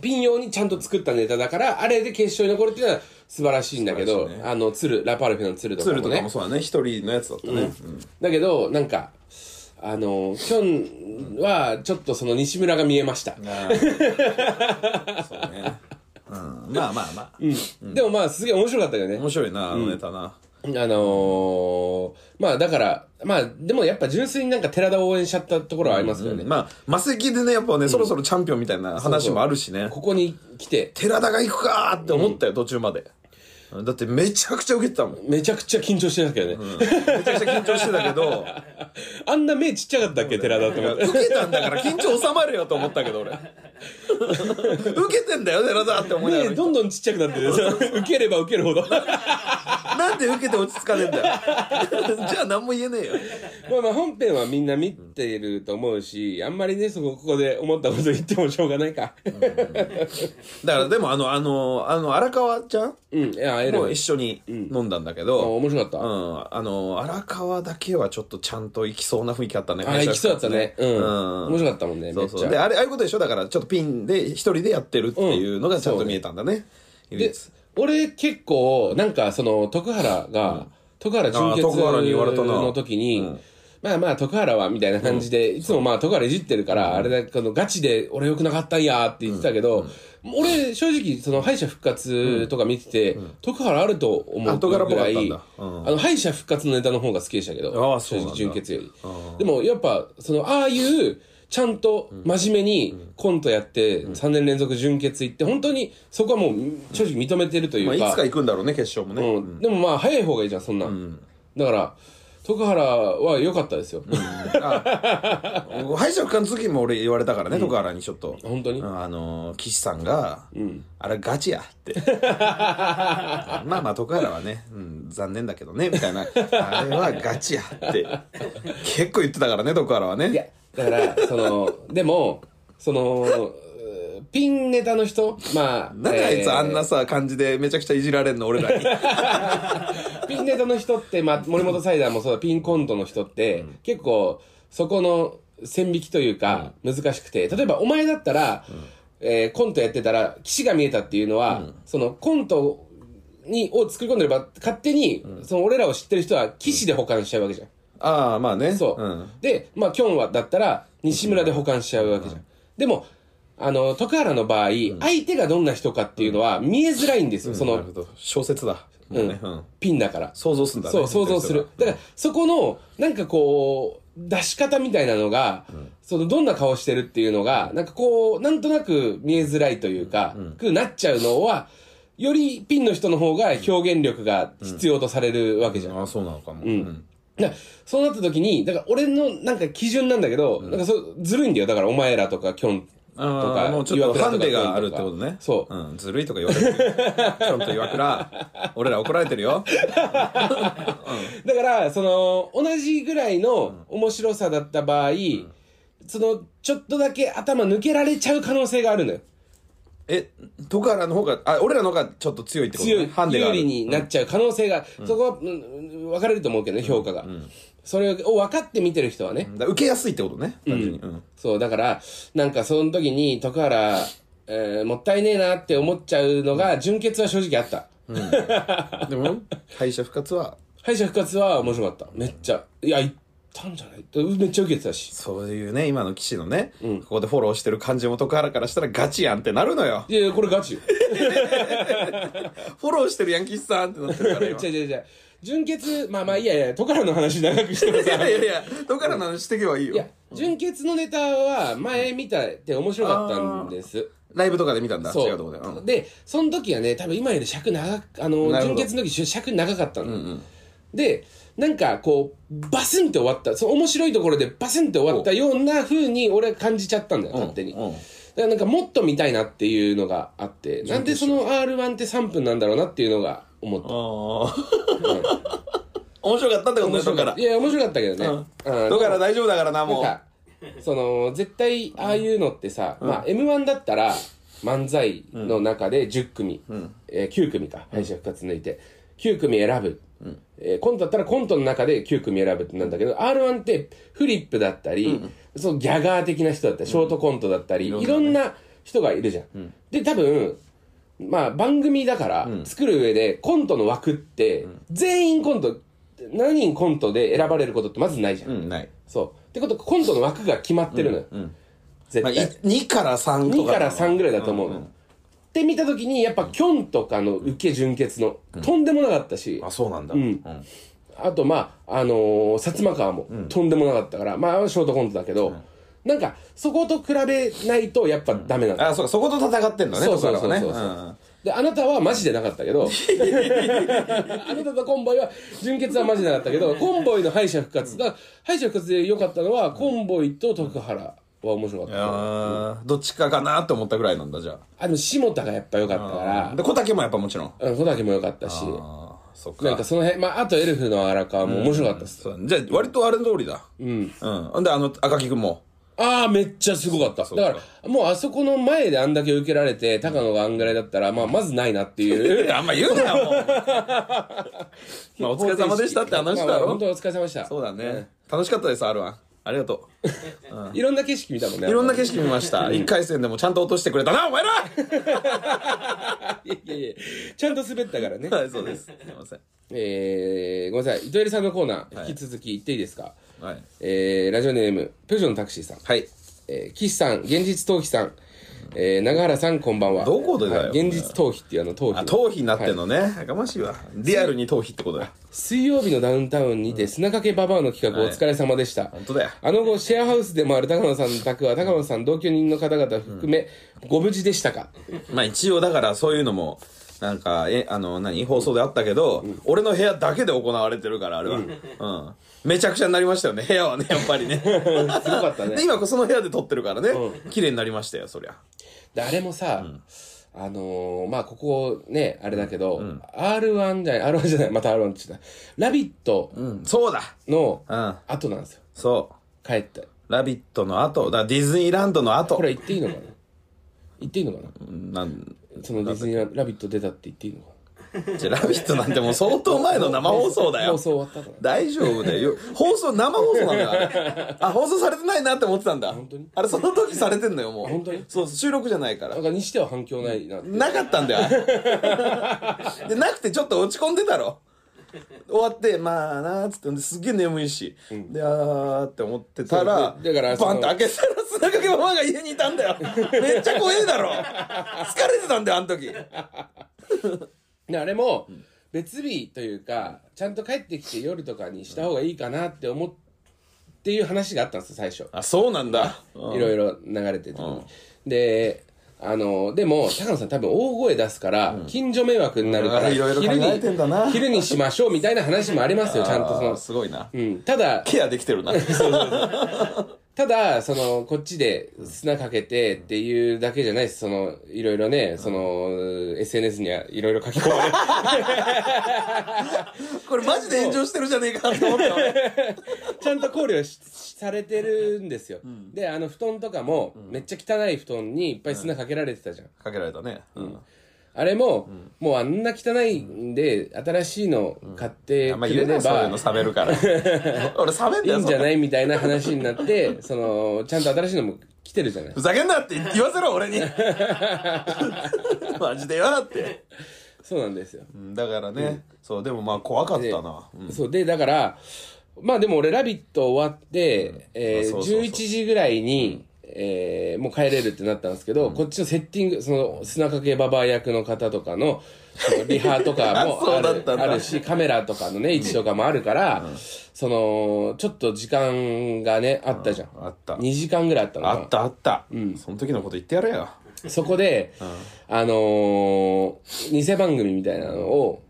B: ピン用にちゃんと作ったネタだから、あれで決勝に残るっていうのは素晴らしいんだけど、
A: 素晴らしい
B: あの、鶴、ラパルフェの鶴とか
A: ツー
B: も
A: ル
B: ね。
A: とかもそうだね一人のやつだったね、うん
B: だけど、なんか、あの、キョンはちょっとその西村が見えました。
A: そうね、うん、まあまあまあ、
B: でもまあすげえ面白かったよね。
A: 面白いなあのネタな、
B: あのー、まあだから、まあでもやっぱ純粋になんか寺田を応援しちゃったところはありますよね。
A: まあ、魔石でね、やっぱね、そろそろチャンピオンみたいな話もあるしね。
B: ここに来て、
A: 寺田が行くかーって思ったよ、途中まで。だってめちゃくちゃ受けてたもん。
B: めちゃくちゃ緊張してたけどね。
A: めちゃくちゃ緊張してたけ ど、
B: あんな目ちっちゃかったっけ、寺田って思って。
A: 受けたんだから緊張収まるよと思ったけど、俺。受けてんだよ、寺田って思いながら
B: 目。どんどんちっちゃくなってる。 受ければ受けるほど。
A: なんで受けて落ち着かねえんだよ。じゃあ何も言えねえよ。
B: まあまあ本編はみんな見てると思うし、あんまりね、そこ、ここで思ったこと言ってもしょうがないか。
A: だからでもあの、あの、あの、荒川ちゃん
B: うん、いや、エレ
A: も
B: ン
A: う一緒に飲んだんだけ
B: あ
A: ど、
B: 面白か
A: う
B: っ
A: ん、あの、荒川だけはちょっとちゃんと行きそうな雰囲気あったね。
B: た。あ、行きそうだったね。うん。面白かったもんね、
A: そ
B: め
A: う
B: っ
A: そ
B: ち
A: う。で、
B: ゃ。
A: あれ、ああいうことでしょだから、ちょっとピンで、一人でやってるっていうのがちゃんと見えたんだね。唯
B: で
A: 一、
B: 俺結構、なんかその、徳原が、徳原純
A: あ
B: 潔
A: ー徳原に言われたな
B: の時に、まあまあ、徳原は、みたいな感じで、いつもまあ、徳原いじってるから、あれだけど、ガチで、俺良くなかったんやーって言ってたけど、俺、正直、その、敗者復活とか見てて、徳原あると思
A: あ
B: う
A: 徳原っぽ
B: ぐ
A: からったん
B: い、
A: だ
B: あの、敗者復活のネタの方が好きでしたけ
A: あ
B: ど、
A: あそう
B: 正
A: なんだ
B: 直、純潔より。でも、やっぱ、その、ああいう、ちゃんと真面目にコントやって、3年連続純潔行って、本当に、そこはもう、正直認めてるという
A: まあ、
B: か、
A: いつか行くんだろうね、決勝もね。
B: うん、でもまあ早い方がいいじゃんそんなん、だから徳原は良かったですよ、
A: 敗者復活の時も俺言われたからね、徳原にちょっと。
B: 本当に
A: あの、岸さんが、あれガチや って。まあまあ、徳原はね、うん、残念だけどね、みたいな。あれはガチや って。結構言ってたからね、徳原はね。
B: いやだからそのでもそのうーピンネタの人まあ
A: なんであい
B: え
A: つ
B: ー
A: あんなさ、感じでめちゃくちゃいじられんの、俺らに。
B: ピンネタの人って、まあ、森本サイダーもそうだピンコントの人って、結構そこの線引きというか難しくて例えばお前だったら、えーコントやってたら岸が見えたっていうのは、そのコントにを作り込んでれば勝手に、その俺らを知ってる人は岸で保管しちゃうわけじゃん。
A: ああ、まあね。
B: そう。
A: ん
B: で、まあ、キョンは、だったら、西村で保管しちゃうわけじゃん。でも、あの、徳原の場合、相手がどんな人かっていうのは見えづらいんですよ、そ
A: なる
B: の
A: ほ、ど。小説だ。もうね。
B: う
A: うんん。
B: ピンだから。
A: 想像するんだね。
B: そう、想像する。だから、そこの、なんかこう、出し方みたいなのが、その、どんな顔してるっていうのが、なんかこう、なんとなく見えづらいというか、くなっちゃうのは、よりピンの人の方が表現力が必要とされるわけじゃん。
A: ああ、そうなのかも。うん。
B: だからそうなった時に、だから俺のなんか基準なんだけど、なんかそう、ずるいんだよ。だからお前らとか、きょんと
A: あ
B: か
A: あ、、もうちょっと
B: 岩
A: ハ
B: 倉
A: ン
B: か
A: デがあるってことね。
B: そう。
A: うん。ずるいとか言われてる。 ちょんと岩倉、俺ら怒られてるよ。
B: だから、その、同じぐらいの面白さだった場合、その、ちょっとだけ頭抜けられちゃう可能性があるのよ。
A: え、徳原の方が、あ、俺らの方がちょっと強いってことね
B: 強い、
A: ハンデがあ
B: 有
A: る。
B: 利になっちゃう可能性が、そこは、うんうん分かれると思うけどね、評価が。それを分かって見てる人はね、
A: だから受けやすいってことね。単純に。うん。
B: そう、だから、なんかその時に徳原、えーもったいねえなって思っちゃうのが、純潔は正直あった。
A: でも、敗者復活は、
B: 敗者復活は面白かった。めっちゃ。いや、行ったんじゃないめっちゃ受けてたし。
A: そういうね、今の騎士のね、ここでフォローしてる感じも徳原からしたらガチやんってなるのよ。
B: いやいや、これガチよ。
A: フォローしてるヤンキーさんってなって るから今
B: 違う。違う違う。純潔、まあまあいいやいや、徳原の話長くしても
A: い
B: さ。
A: やいやいや、どっからの話してけば いいよ。
B: いや、純潔のネタは前見たって面白かったんです。
A: ライブとかで見たんだ。
B: そ
A: 違うとこで。うん
B: う。で、その時はね、多分今より尺長く、あの
A: な、るほ
B: 純
A: ど
B: 潔の時尺長かったの。で、なんかこう、バスンって終わった、その面白いところでバスンって終わったような風に俺は感じちゃったんだよ、勝手に。だ
A: うん
B: からなんかもっと見たいなっていうのがあって、なんでその R1 って3分なんだろうなっていうのが思った。
A: ああ。面白かったってことね、だから
B: い。や、面白かったけどね。うん
A: だから大丈夫だからな、
B: なん
A: も
B: か
A: う。、
B: その、絶対、ああいうのってさ、まあ、M1 だったら、漫才の中で10組、えー9組か、敗者復活抜いて、9組選ぶ。えーコントだったらコントの中で9組選ぶってなんだけど、R1 ってフリップだったり、そのギャガー的な人だったり、ショートコントだったり、いろんな人がいるじゃん。で、多分、まあ、番組だから、作る上で、コントの枠って、全員コント、何人コントで選ばれることってまずないじゃん。
A: うん、ない。
B: そう。ってことはコントの枠が決まってるのよ。絶
A: まあ、
B: 対。
A: 2から3と
B: 2
A: か。
B: から3ぐらいだと思うの。ってみた時にやっぱキョンとかの受け純血の、とんでもなかったし、
A: あそうなんだ、
B: んあとまああのー薩摩川もとんでもなかったから、まあショートコントだけど、なんかそこと比べないとやっぱダメなんだ、
A: あそうかそこと戦ってんのね
B: そうそう
A: ところがね
B: そうそうそうんであなたはマジでなかったけど あなたとコンボイは純血はマジでなかったけどコンボイの敗者復活が敗者復活で良かったのはコンボイと徳原は面白かった
A: あーどっちかかなって思ったぐらいなんだじゃ
B: あの下田がやっぱ良かったから
A: あで小竹もやっぱもちろん
B: うん小竹も良かったし
A: あーそっか
B: なんかその辺まああとエルフの荒川も面白かったっす、
A: そうじゃあ割とあれの通りだうん、うん、であの赤木君も
B: ああめっちゃすごかった
A: うか
B: だからもうあそこの前であんだけ受けられて高野があんぐらいだったら、まあ、まずないなっていう
A: あんま言うなよも うまあ お疲れ様でしたって 話
B: ま
A: だ
B: あまあ
A: ろ
B: 本当にお疲れ様でした
A: そうだね楽しかったです R1 ありがとう
B: いろんな景色見たもんね
A: いろんな景色見ました1回戦でもちゃんと落としてくれたなお 前ら
B: いやいやいやちゃんと滑ったからね
A: はいそう ですすいません
B: えー、ごめんなさい、糸入さんのコーナー、引き続き言っていいですか、
A: はい
B: えー、ラジオネーム、プジョのタクシーさん。はい。えー、岸さん、現実逃避さん、えー、長原さん、こんばんは。
A: どこでだよ
B: はい現実逃避っていうあの、逃避の。
A: あ頭皮になってんのね、やかましいわリアルに頭皮ってことだよ
B: 水曜日のダウンタウンにて砂かけババアの企画お疲れ様でした、
A: 本当だよ
B: あの後シェアハウスで回る高野さんの宅は高野さん同居人の方々含め、ご無事でしたか
A: まあ一応だからそういうのもなんかえあの何放送であったけど、俺の部屋だけで行われてるからあれは、うんめちゃくちゃになりましたよね部屋はねやっぱ りねすごか
B: ったね
A: で今その部屋で撮ってるからね、綺麗になりましたよそりゃ
B: であれもさ、あのーまあここねあれだけど、R1 じゃない R1 じゃない また R1 って言った「ラビット!
A: うんそうだ」
B: の
A: うん
B: 後なんですよ
A: そ
B: 帰って
A: う「ラビット!」の後だからディズニーランドの後
B: これ言っていいのかな言っていいのか
A: なん
B: なそのディズニーラン「ラビット!」出たって言っていいのか
A: じゃあラビット!」なんてもう相当前の生放送だ
B: な
A: よ
B: 放送終わったから
A: 大丈夫だよ放送生放送なんだよあ れあ放送されてないなって思ってたんだ
B: 当に
A: あれその時されてんのよもう
B: 本当に
A: そう収録じゃないから
B: なんかにしては反響ないなって
A: なかったんだよ あれでなくてちょっと落ち込んでたろ終わってまあなーっつってすっげえ眠いし、であーって思ってたら
B: そうでだからそ
A: バ
B: の
A: ンって開けたら砂かけママが家にいたんだ よめっちゃ怖えだろ疲れてたんだよあの時
B: であれも別日というかちゃんと帰ってきて夜とかにした方がいいかなって思っていう話があったんですよ最初
A: あそうなんだ
B: いろいろ流れてる時にであのでも高野さん多分大声出すから近所迷惑になるから
A: うんいろいろ考
B: 昼
A: えてんだな
B: に昼にしましょうみたいな話もありますよちゃんとそ
A: あー
B: の
A: すごいな
B: うんただ
A: ケアできてるな
B: ただそのこっちで砂かけてっていうだけじゃないですそのいろいろねその SNS にはいろいろ書き 込まれ
A: これマジで炎上してるじゃねえかって思った俺
B: ちゃんと考慮しされてるんですよ、であの布団とかも、めっちゃ汚い布団にいっぱい砂かけられてたじゃん、
A: かけられたね、うん
B: あれも、もうあんな汚いんで新しいの買って
A: あんま
B: く
A: 言う
B: れれ
A: なそういう
B: ば
A: の冷めるから俺冷めん
B: い
A: だよ
B: いんじゃ
A: そんな
B: ないみたいな話になってそのちゃんと新しいのも来てるじゃない
A: ふざけんなって言わせろ俺に マジでよなって
B: そうなんですよ、
A: だからね、そうでもまあ怖かった
B: で
A: な、うん
B: そうでだからまあでも俺「ラビット!」終わって、え
A: あ
B: ー
A: そうそうそう
B: 11時ぐらいに、えーもう帰れるってなったんですけど、こっちのセッティングその砂かけババア役の方とかの そのリハとかも
A: あそう
B: あ
A: だ
B: る
A: ったんだ
B: あるしカメラとかのね位置とかもあるから、そのちょっと時間がねあったじゃん、
A: あった
B: 2時間ぐらいあったのかな
A: あったあった、その時のこと言ってやれよ
B: そこで、あのー偽番組みたいなのを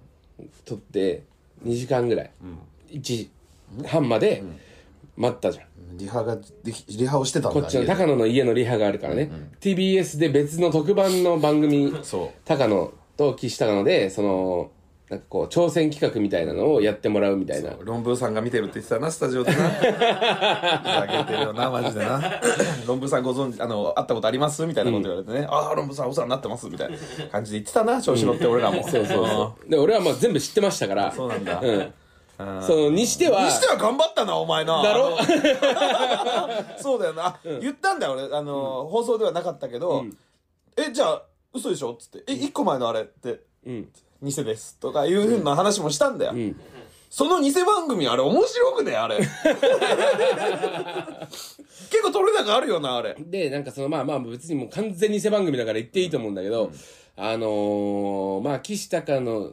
B: 撮って2時間ぐらい、1時半まで待ったじゃん、
A: リハができリハをしてたんだ
B: こっちの
A: 家で
B: 高野の家のリハがあるからね、TBS で別の特番の番組
A: そう
B: 高野と岸高野でそのなんかこう挑戦企画みたいなのをやってもらうみたいな
A: 論文さんが見てるって言ってたなスタジオでなふざけてるよなマジで な論文さんご存知あの会ったことありますみたいなこと言われてね、ああ論文さんお世話になってますみたいな感じで言ってたな調子乗って俺らも、そうそうそ
B: で俺はまあ全部知ってましたから
A: うそうなんだ、
B: うんそのにしては
A: にしては頑張ったなお前な
B: だろ
A: あ のそうだよな、あ言ったんだよ俺あの、放送ではなかったけど、えじゃあ嘘でしょっつって「え一個前のあれ」って「
B: ん
A: 偽です」とかいうふうな話もしたんだよ、その偽番組あれ面白くねあ れ結構撮れ高あるよなあれ
B: で、なんかその、まあまあ別にもう完全に偽番組だから言っていいと思うんだけど、あのー、まあ岸高の、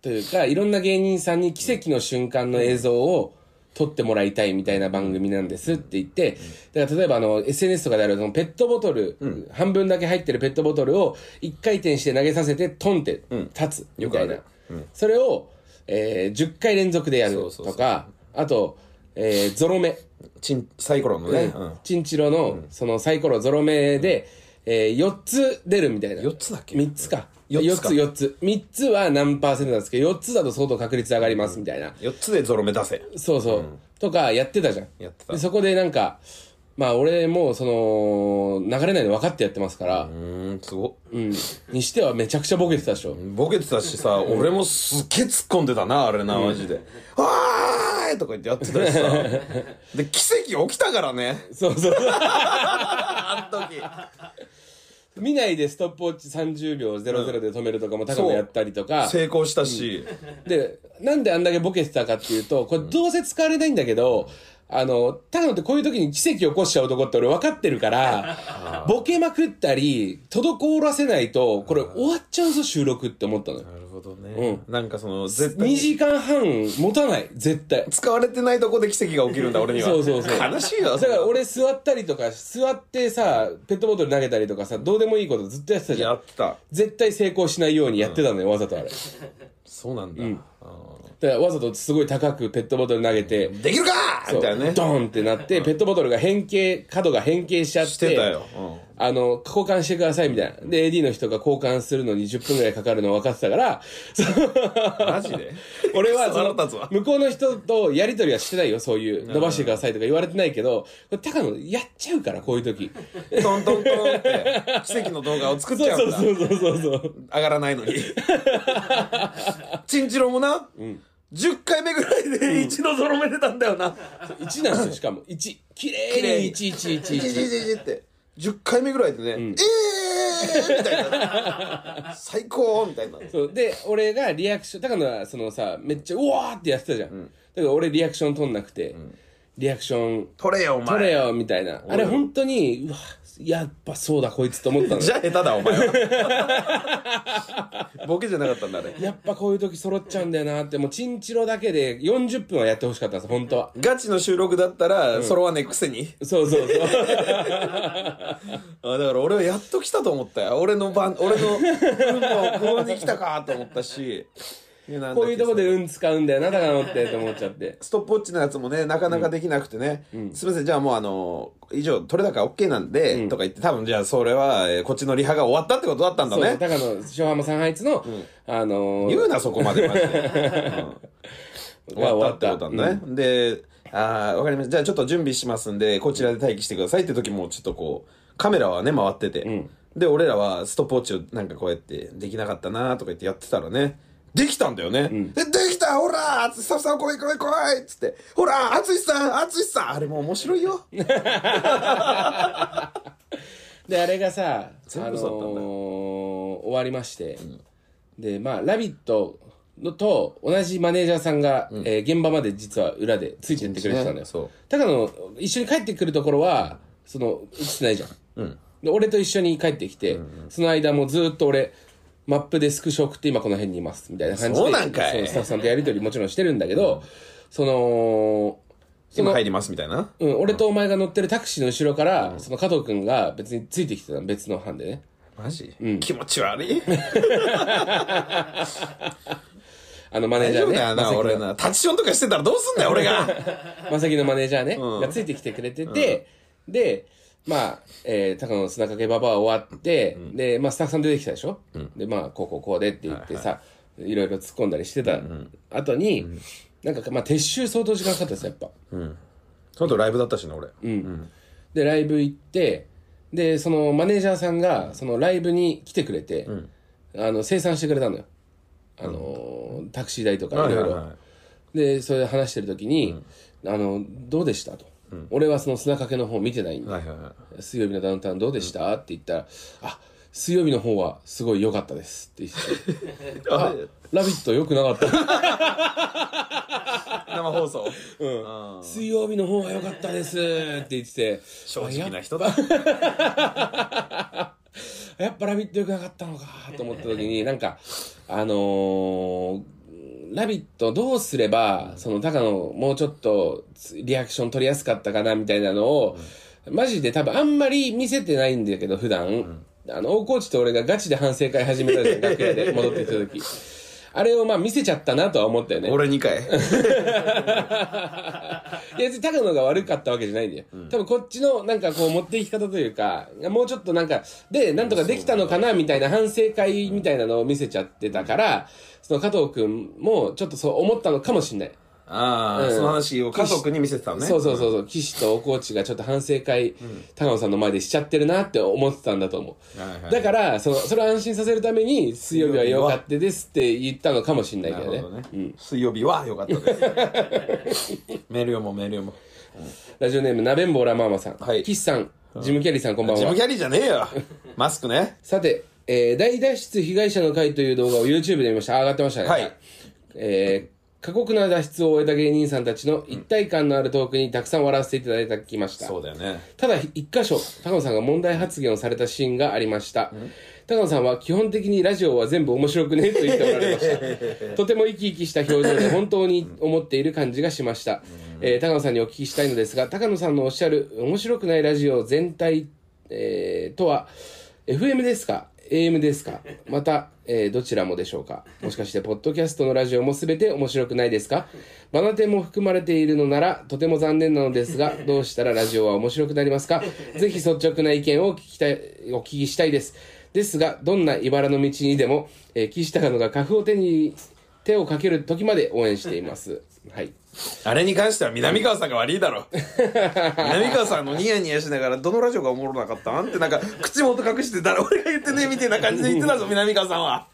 B: というか、いろんな芸人さんに奇跡の瞬間の映像を撮ってもらいたいみたいな番組なんですって言って、だから例えばあの、SNS とかであるそのペットボトル、半分だけ入ってるペットボトルを一回転して投げさせて、トンって立つみたいな。それを、えー、10回連続でやるとか、
A: そうそう
B: あと、えー、ゾロ目。
A: チンサイコロのね、うん
B: チンチロの、そのサイコロゾロ目で、えー、4つ出るみたいな。
A: 4つだっけ
B: 3つか。
A: 4
B: 4
A: つか
B: つ、4つ。3つは何パーセントなんですけど、4つだと相当確率上がりますみたいな。
A: 4つでゾロ目出せ
B: そうそう。とか、やってたじゃん。
A: やってた
B: でそこでなんか、まあ俺もうその、流れないの分かってやってますから、
A: うーんすごっ
B: うん。にしてはめちゃくちゃボケてたでしょ。
A: ボケてたしさ、俺もすっげえ突っ込んでたな、あれな、マジで。わーいとか言ってやってたし さ。で、奇跡起きたからね。
B: そうそう。
A: あの時。
B: 見ないでストップウォッチ30秒00で止めるとかも高野やったりとか。
A: 成功したし。
B: で、なんであんだけボケてたかっていうと、これどうせ使われないんだけど、あの、高野ってこういう時に奇跡起こしちゃう男って俺分かってるから、ボケまくったり、滞らせないと、これ終わっちゃうぞ収録って思ったのよ。
A: なるほどね。なんかその、絶対
B: 2
A: に
B: 時間半持たない、絶対。
A: 使われてないとこで奇跡が起きるんだ、俺には。
B: そうそうそう
A: 悲しいよ。
B: だから俺座ったりとか、座ってさ、ペットボトル投げたりとかさ、どうでもいいことずっとやってたじゃ
A: や
B: ん。
A: ってた。
B: 絶対成功しないようにやってたのよ、わざとあれ。
A: そうなんだ。
B: だからわざとすごい高くペットボトル投げて、
A: できるかみたいなね。
B: ドーンってなって、ペットボトルが変形、角が変形しちゃって、
A: してたよ。うん
B: あの、交換してくださいみたいな。で、AD の人が交換するのに10分ぐらいかかるの分かってたから、そ の
A: マジ で
B: 俺は
A: クソ
B: そ
A: 腹立つわ
B: の、向こうの人とやりとりはしてないよ、そういう。伸ばしてくださいとか言われてないけど、これ高野、やっちゃうから、こういう時。
A: トントントンって、奇跡の動画を作っちゃ
B: そううん
A: だ。
B: そうそうそう そう。
A: 上がらないのに。チンチロもな、10回目ぐらいで一度ゾロ目出たんだよな。
B: 1なんですよ、しかも。1。綺
A: 綺麗
B: 麗
A: に
B: に1111。
A: 11って。10回目ぐらいでね、えーみたいな。最高みたいな。
B: そうで俺がリアクション高野はそのさめっちゃうわーってやってたじゃん、だから俺リアクション取んなくて、リアクション
A: 取れよ、お前。
B: 取れよみたいなあれ本当にうわやっぱそうだこいつと思った の
A: じゃあ下手だ、お前は。ボケじゃなかったんだ、あれ。
B: やっぱこういう時揃っちゃうんだよなってもうチンチロだけで40分はやってほしかったんです本当は
A: ガチの収録だったら、揃わねえくせに。
B: そうそ うそう
A: あだから俺はやっと来たと思ったよ。俺の番、俺の分もここに来たかと思ったし。やなんだっけ
B: こういうとこで運使うんだよな高野ってって思っちゃって
A: ストップウォッチのやつもね、なかなかできなくてね、すみません、じゃあもうあの、以上、取れ高 OK なんで、とか言って、多分じゃあそれは、えーこっちのリハが終わったってことだったんだ
B: そう
A: ね。
B: 高野小浜さんあいつの、あのー
A: 言うな、そこまでマジで。うん 終わったってことなんだね。で、あーわかりました。じゃあちょっと準備しますんで、こちらで待機してくださいって時も、ちょっとこう、カメラはね、回ってて、で、俺らはストップウォッチをなんかこうやって、できなかったなーとか言ってやってたらね、できたんだよね。で、できたほらーつってスタッフさん来い来い来いっつって、ほらー淳さん淳さんあれもう面白いよ。
B: であれがさ、あ
A: 全
B: の
A: 部
B: ー、
A: そうだったんだ
B: 終わりまして、でまあ「ラビット!」のと同じマネージャーさんが、えー現場まで実は裏でついてってくれてたんだよ、
A: そう
B: 高野一緒に帰ってくるところはその映ってないじゃん、で俺と一緒に帰ってきて、その間もずっと俺マップでスクショ送って今この辺にいますみたいな感じで
A: そうなんかい
B: そうスタッフさんとやり取りもちろんしてるんだけど、そのそ
A: 今
B: の
A: 入りますみたいな。
B: うん、俺とお前が乗ってるタクシーの後ろから、その加藤君が別についてきてたの、別の班でね。
A: マジ、気持ち悪い。
B: あのマネー
A: 大
B: ジ
A: 丈
B: ャ
A: 夫
B: ーね。
A: だよな、俺な。タッチションとかしてたらどうすんだよ、俺 が。
B: まさきのマネージャーね、
A: うん
B: がついてきてくれてて、で、まあ、えー、高野の砂かけババア終わって、で、まあ、スタッフさん出てきたでしょ、で、まあ、こうこうこうでって言ってさ、いろいろ突っ込んだりしてた後に、なんか、まあ、撤収相当時間かかったですよ、やっぱ。
A: その後ライブだったしな、俺。
B: でライブ行ってでそのマネージャーさんがそのライブに来てくれて、あの清算してくれたのよあのー、タクシー代とかいろいろでそれで話してる時に「あのどうでした?」と、俺はその砂かけの方見てないんで、
A: はいはいはい。
B: 水曜日のダウンタウンどうでした?」って言ったら「あ水曜日の方はすごい良かったですって言って あラビット良くなかった。
A: 生放送。
B: 水曜日の方は良かったですって言ってて、
A: 正直な人だ。
B: やっぱラビット良くなかったのかと思った時 に、なんか、あのー、ラビットどうすれば、その、高野もうちょっとリアクション取りやすかったかなみたいなのを、マジで多分あんまり見せてないんだけど、普段。あの、大河内と俺がガチで反省会始めたんですよ、楽屋で戻ってきた時。 あれをまあ見せちゃったなとは思ったよね。
A: 俺2回。
B: いや別に高野が悪かったわけじゃないんだよ、多分こっちのなんかこう持っていき方というかもうちょっとなんかでなんとかできたのかなみたいな反省会みたいなのを見せちゃってたから、その加藤君もちょっとそう思ったのかもしれない、
A: ああ、その話を家族に見せてたのね。
B: そうそうそうそう岸と大河内がちょっと反省会、高野さんの前でしちゃってるなって思ってたんだと思う、
A: はいはい
B: だからそのそれを安心させるために「水曜日は良かったです」って言ったのかもしれない
A: な
B: け
A: る
B: ど
A: ほ
B: ね
A: どね。水曜日は良かったです。 メール読もうメール読もう。
B: ラジオネームなべんぼうらまーまさん、
A: はい
B: 岸さんジム・キャリーさんこんばんは
A: ジムキャリーじゃねえよ。マスクね。
B: さて、えー大脱出被害者の会という動画を YouTube で見ました。あ上がってましたね。
A: はい
B: えー過酷な脱出を終えた芸人さんたちの一体感のあるトークにたくさん笑わせていただきました。
A: そうだよね。
B: ただ、一箇所、高野さんが問題発言をされたシーンがありました。高野さんは基本的にラジオは全部面白くねと言っておられま した。とても生き生きした表情で本当に思っている感じがしました。えー高野さんにお聞きしたいのですが、高野さんのおっしゃる面白くないラジオ全体、えーとは、FM ですか AM ですかまた、えーどちらもでしょうかもしかして、ポッドキャストのラジオも全て面白くないですかバナテンも含まれているのなら、とても残念なのです が、どうしたらラジオは面白くなりますかぜひ率直な意見をお聞きたい、お聞きしたいです。ですが、どんな茨の道にでも、えー、岸高野が花粉を手に、手をかける時まで応援しています。 はい。
A: あれに関しては南川さんが悪いだ ろ。南川さんのニヤニヤしながら、どのラジオがおもろなかったんってなんか、口元隠して誰俺が言ってねえみたいな感じで言ってたぞ、南川さんは。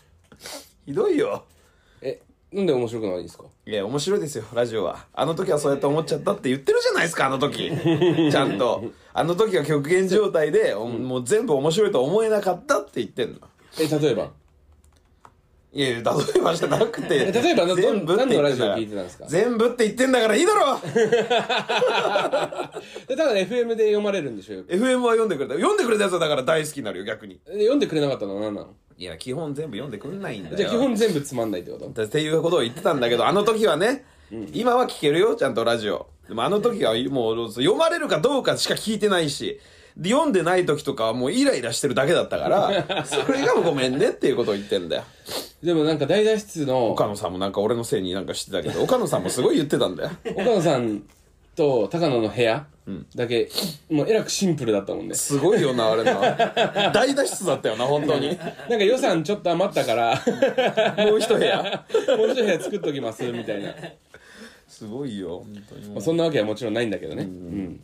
A: ひどいよ。
B: え、なんで面白くないんですか
A: いや、面白いですよ、ラジオは。あの時はそうやって思っちゃったって言ってるじゃないですか、あの 時。ちゃんと。あの時は極限状態で、おもう全部面白いと思えなかったって言ってんの。
B: え、例え ば
A: いやいや、例えばじゃなくて。
B: え 例えばど
A: 全部って言って
B: 何のラジオ聞いてたんですか
A: 全部って言ってんだからいいだろ
B: でただ FM で読まれるんでしょよく
A: !FM は読んでくれた。読んでくれたやつはだから大好きになるよ、逆に。
B: で読んでくれなかったのは何なの
A: いや、基本全部読んでくんないんだよ。
B: じゃあ基本全部つまんないってこと
A: だっていうことを言ってたんだけど、あの時はね、今は聞けるよ、ちゃんとラジオ。でもあの時はもう読まれるかどうかしか聞いてないし、で読んでない時とかはもうイライラしてるだけだったから、それがもうごめんねっていうことを言ってんだよ。
B: でもなんか大脱出の
A: 岡野さんもなんか俺のせいになんかしてたけど、岡野さんもすごい言ってたんだよ。
B: 岡野さんと高野の部屋だけ、もうえらくシンプルだったもんね
A: すごいよな、あれな。大脱出だったよな、本当に。
B: なんか予算ちょっと余ったから
A: もう一部屋。
B: もう一部屋作っときますみたいな、
A: すごいよ、本当に。
B: まあ、そんなわけはもちろんないんだけどねうん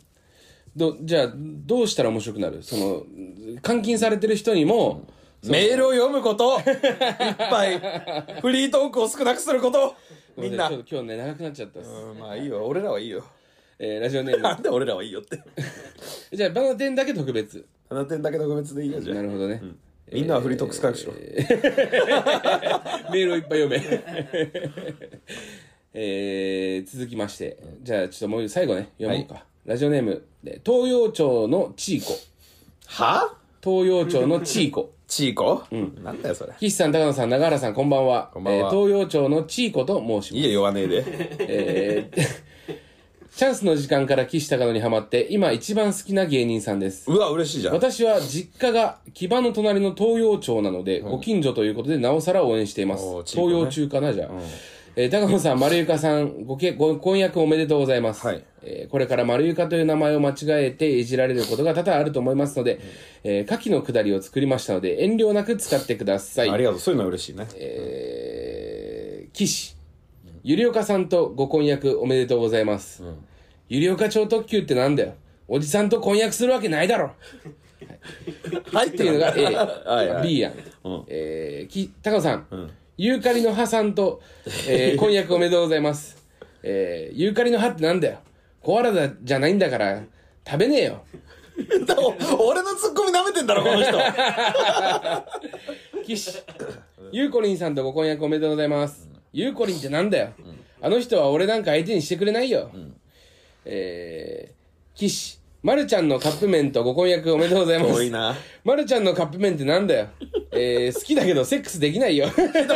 B: どじゃあどうしたら面白くなるその監禁されてる人にも、
A: メールを読むこと、いっぱい、フリートークを少なくすること、みんな
B: ちょ。っと今日ね長くなっちゃったっす、
A: うんまあいいよ、俺らはいいよ。
B: えーラジオネー ム
A: なんで俺らはいいよって。
B: じゃあバナテンだけ特別
A: 7点だけ特別でいいよ、じゃ
B: な
A: あ。
B: るほどね、
A: みんなはフリートーク使うしろ。
B: メールをいっぱい読め。 えー、続きまして、じゃあちょっともう最後ね、読もうか。ラジオネーム、で東洋町のチーコ。
A: は
B: 東洋町のチーコ。
A: チーコなんだよ、それ。
B: 岸さん、高野さん、永原さん、こんばんは。
A: んばんは
B: えー東洋町のチーコと申します
A: いい。よ、言わねえ で。
B: えー チャンスの時間から岸高野にハマって、今一番好きな芸人さんです。
A: うわ、嬉しいじゃん。
B: 私は実家が木場の隣の東洋町なので、ご近所ということでなおさら応援しています、
A: おー地
B: 東
A: 域ね
B: 洋中かなじゃあ、えー高野さん丸床さんごけご婚約おめでとうございます、
A: はい
B: えーこれから丸床という名前を間違えていじられることが多々あると思いますので、えー牡蠣のくだりを作りましたので遠慮なく使ってください
A: ありがとう、そういうのは嬉しいね。
B: えー、岸ゆりおかさんとご婚約おめでとうございます、ゆりおか超特急ってなんだよおじさんと婚約するわけないだろ
A: はい、っ
B: っていうのが A
A: はいはい
B: B やん、えー、き高野さん、ユーカリの葉さんと、え ー婚約おめでとうございます、えー、ユーカリの葉ってなんだよコアラだじゃないんだから食べねえよ
A: だ俺のツッコミ舐めてんだろこの 人
B: 岸ゆうこりんさんとご婚約おめでとうございます、ゆうこりんってなんだよ、あの人は俺なんか相手にしてくれないよ、えー、岸まるちゃんのカップ麺とご婚約おめでとうございま
A: 多い
B: す
A: な
B: まるちゃんのカップ麺ってなんだよ、えー、好きだけどセックスできないよ、
A: なんだよ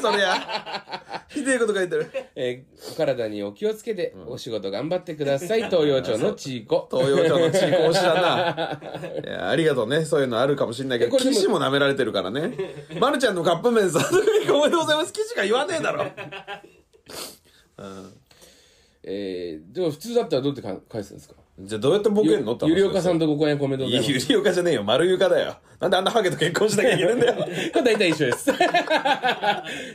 A: そりゃひどいこと書いてる
B: えー、お体にお気をつけてお仕事頑張ってく ださい、東洋町のちいこ
A: 東洋町の地域推し だないやありがとうねそういうのあるかもしれないけ
B: え
A: ど
B: これでも
A: 岸も舐められてるから ねまるちゃんのカップ麺さんおめでとうございます岸が言わねえだろ
B: えー、でも普通だったらどうやってか返すんですか
A: じゃあどうやってボケんのって話
B: ゆりおかさんとご婚約おめでとうございます
A: ゆりおかじゃねえよ丸ゆかだよなんであんなハゲと結婚しなきゃいけない んだよ
B: これ大体一緒です。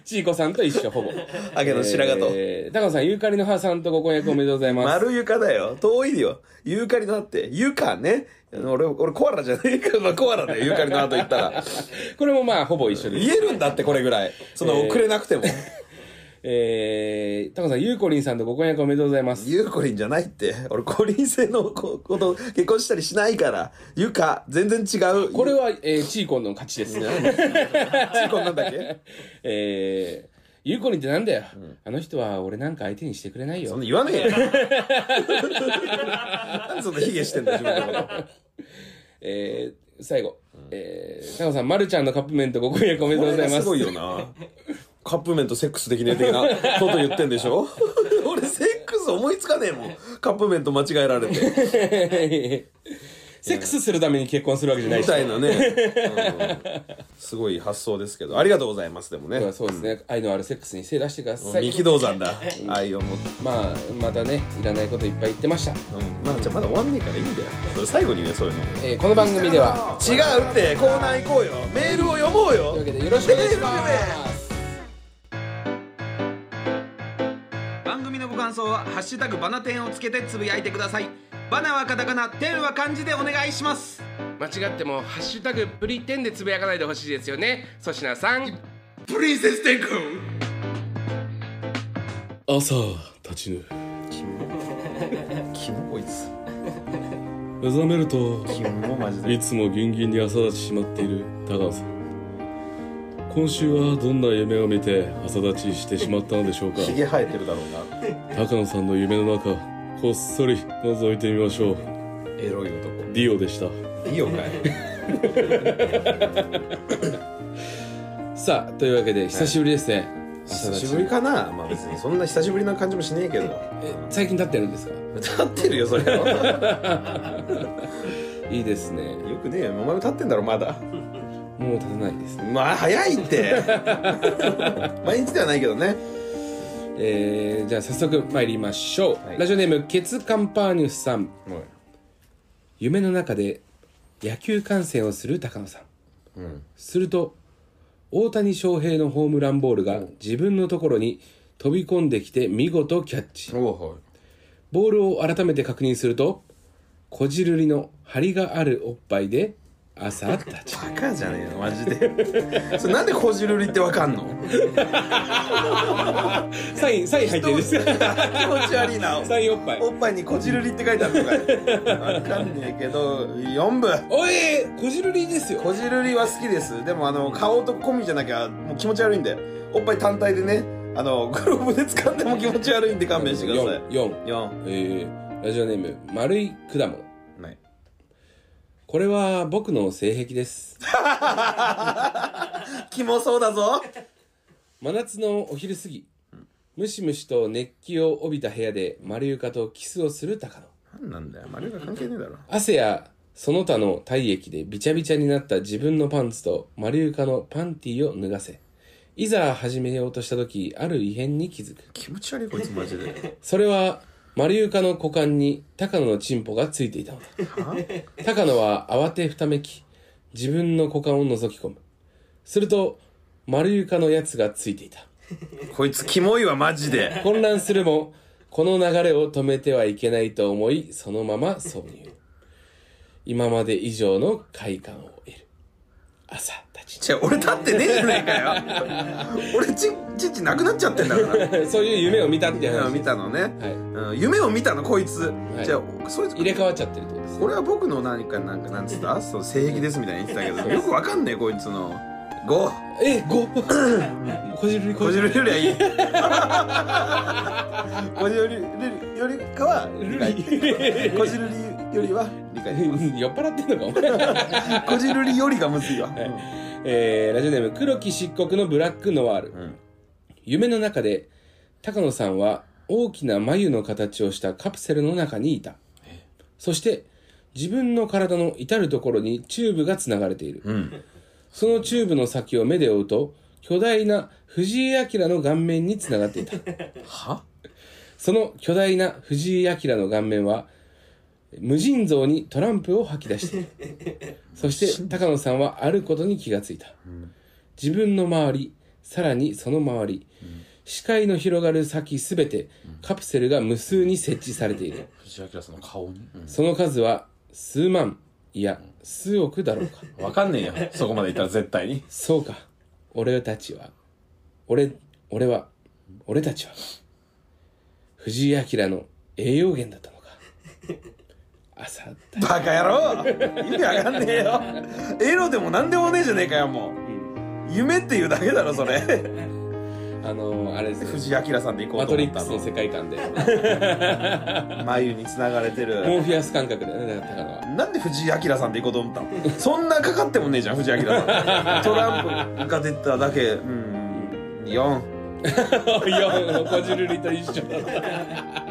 B: ちいこさんと一緒、ほぼ。
A: ハゲの白髪と、
B: えー、高野さん、ゆうかりの母さんとご婚約おめでとうございます。
A: 丸床だよ。遠いよ。ユーカリの葉って。ユカね。俺、俺コアラじゃねえから、まあコアラだよ。ユーカリの葉と言ったら。
B: これもまあ、ほぼ一緒です。
A: 言えるんだって、これぐらい。その、遅れなくても。
B: えー、高野さん、ゆうこりんさんとご婚約おめでとうございます。
A: ユーコリンじゃないって。俺、コリン性のここと結婚したりしないから。ユカ、全然違う。
B: これは、えー、ちいこの勝ちです。
A: チコなんだっけ
B: えー、ゆうこりんってなんだよ、あの人は俺なんか相手にしてくれない
A: そん
B: よ。
A: な言わねえよ。なんでそんなヒゲしてんだよ、自分のこと。
B: えー、最後。えー、高野さん、まるちゃんのカップ麺とご婚約おめでとうございます。
A: これがすごいよな。カップ麺とセックスできねえ的なこと言ってんでしょ俺セックス思いつかねえもん。カップ麺と間違えられて。
B: セックスするために結婚するわけじゃない
A: み
B: し。
A: たいなね、うんすごい発想ですけど。ありがとうございます、でもね。
B: そうですね、愛のあるセックスに精出してください。
A: 三木道山だ。愛を持って。
B: まあまたねいらないこといっぱい言ってました、
A: うんまあ、じゃあまだ終わんねえからいいんだよ。それ最後にね、そういうの。
B: えーこの番組では
A: 違うって、コーナー行こうよ。メールを読もうよ
B: というわけでよろしくお願いしま
A: メール読め
B: す
D: 番組のご感想は「ハッシュタグバナテン」をつけてつぶやいてくださいバナはカタカナテンは漢字でお願いします
B: 間違っても「ハッシュタグプリテン」でつぶやかないでほしいですよね粗品さん
D: プリンセステン君
B: 朝立ちぬ
A: キモこいつ。
B: 目覚めると
A: キモマジで。
B: いつもギンギンに朝立ちしまっている高野さん今週はどんな夢を見て朝立ちしてしまったのでしょうか
A: ヒゲ生えてるだろう
B: 高野さんの夢の中こっそり覗いてみましょう
A: な。エロい男。
B: ディオでした
A: いいよかい。
B: さあというわけで久しぶりですね、朝
A: 久
B: 立ち
A: しぶりかなまあ別にそんな久しぶりな感じもしねえけど
B: え最近立ってるんですか
A: 立ってるよそれは
B: いいですね
A: よくねえよお前も立ってんだろまだ
B: もう立たないですね
A: まあ早いって毎日ではないけどね
B: えー、じゃあ早速参りましょう、
A: はい
B: ラジオネームケツカンパーニュスさん夢の中で野球観戦をする高野さん、すると大谷翔平のホームランボールが自分のところに飛び込んできて見事キャッチ
A: お
B: ボールを改めて確認するとこじるりの張りがあるおっぱいで朝立ち
A: バカじゃねえのマジでそれなんでこじるりってわかんの
B: サインサイン入ってるんです
A: 気持ち悪いな
B: サインおっぱい
A: おっぱいにこじるりって書いてあるのかいわかんねえけど4部
B: おいこじるりですよ
A: こじるりは好きですでもあの顔と込みじゃなきゃもう気持ち悪いんでおっぱい単体でねあのグローブで掴んでも気持ち悪いんで勘弁してください
B: 4 4
A: 4
B: えーラジオネーム丸い果物
A: ない
B: これは僕の性癖です
A: キモそうだぞ
B: 真夏のお昼過ぎムシムシと熱気を帯びた部屋で丸床とキスをする高野
A: 何なんだよマリオが関係ねえだろ
B: 汗やその他の体液でびちゃびちゃになった自分のパンツと丸床のパンティーを脱がせいざ始めようとした時ある異変に気づく
A: 気持ち悪いこいつマジで
B: それは丸床の股間に高野のチンポがついていたのだ高野は慌てふためき自分の股間を覗き込むすると丸床のやつがついていた
A: こいつキモいわマジで
B: 混乱するもこの流れを止めてはいけないと思いそのまま挿入今まで以上の快感を得る朝立
A: じゃあ俺立ってねえじゃねえかよ俺ちちっちなくなっちゃってんだから
B: そういう夢を見たっていう
A: 夢を
B: 話
A: 見たのね、
B: はい
A: うん、夢を見たのこいつ、
B: い
A: じゃあそいつ
B: 入れ替わっちゃってるってことですね
A: これは僕の何かなんかなんつ ったその性癖ですみたいに言ってたけどよくわかんねえこいつの5
B: え五 こじるり
A: こじるりよ り
B: り
A: はいいこじるりよりかは理解こじるりよりは理解 できます
B: 酔っ払ってんのかお前
A: こじるりよりがむずいわ、うん
B: えーラジオネーム黒木漆黒のブラックノワール、
A: ん
B: 夢の中で高野さんは大きな眉の形をしたカプセルの中にいたそして自分の体の至る所にチューブがつながれている、そのチューブの先を目で追うと巨大な藤井明の顔面につながっていたその巨大な藤井明の顔面は無尽蔵にトランプを吐き出している そして高野さんはあることに気がついた、自分の周りさらにその周り、視界の広がる先すべてカプセルが無数に設置されている、
E: 藤明さんの顔に、
B: その数は数万いや数億だろうか
E: わかんねえよそこまでいったら絶対に
B: そうか俺たちは俺俺は俺たちは藤井明の栄養源だったのか 朝だ
A: バカ野郎意味わかんねえよエロでも何でもねえじゃねえかよもう、夢っていうだけだろそ れ
B: あのーあれですね
A: 藤井明さんでいこ
B: マ
A: うと
B: トリ
A: 思っ
B: ッ
A: た
B: クスの世界観 で
A: の眉に繋がれてる
B: モーフィアス感覚だよねだから高野は
A: なんで藤井明さんでいこうと思ったのそんなかかってもねえじゃん藤井明 さんトランプが出ただけうん4
B: 4こじるりと一緒だ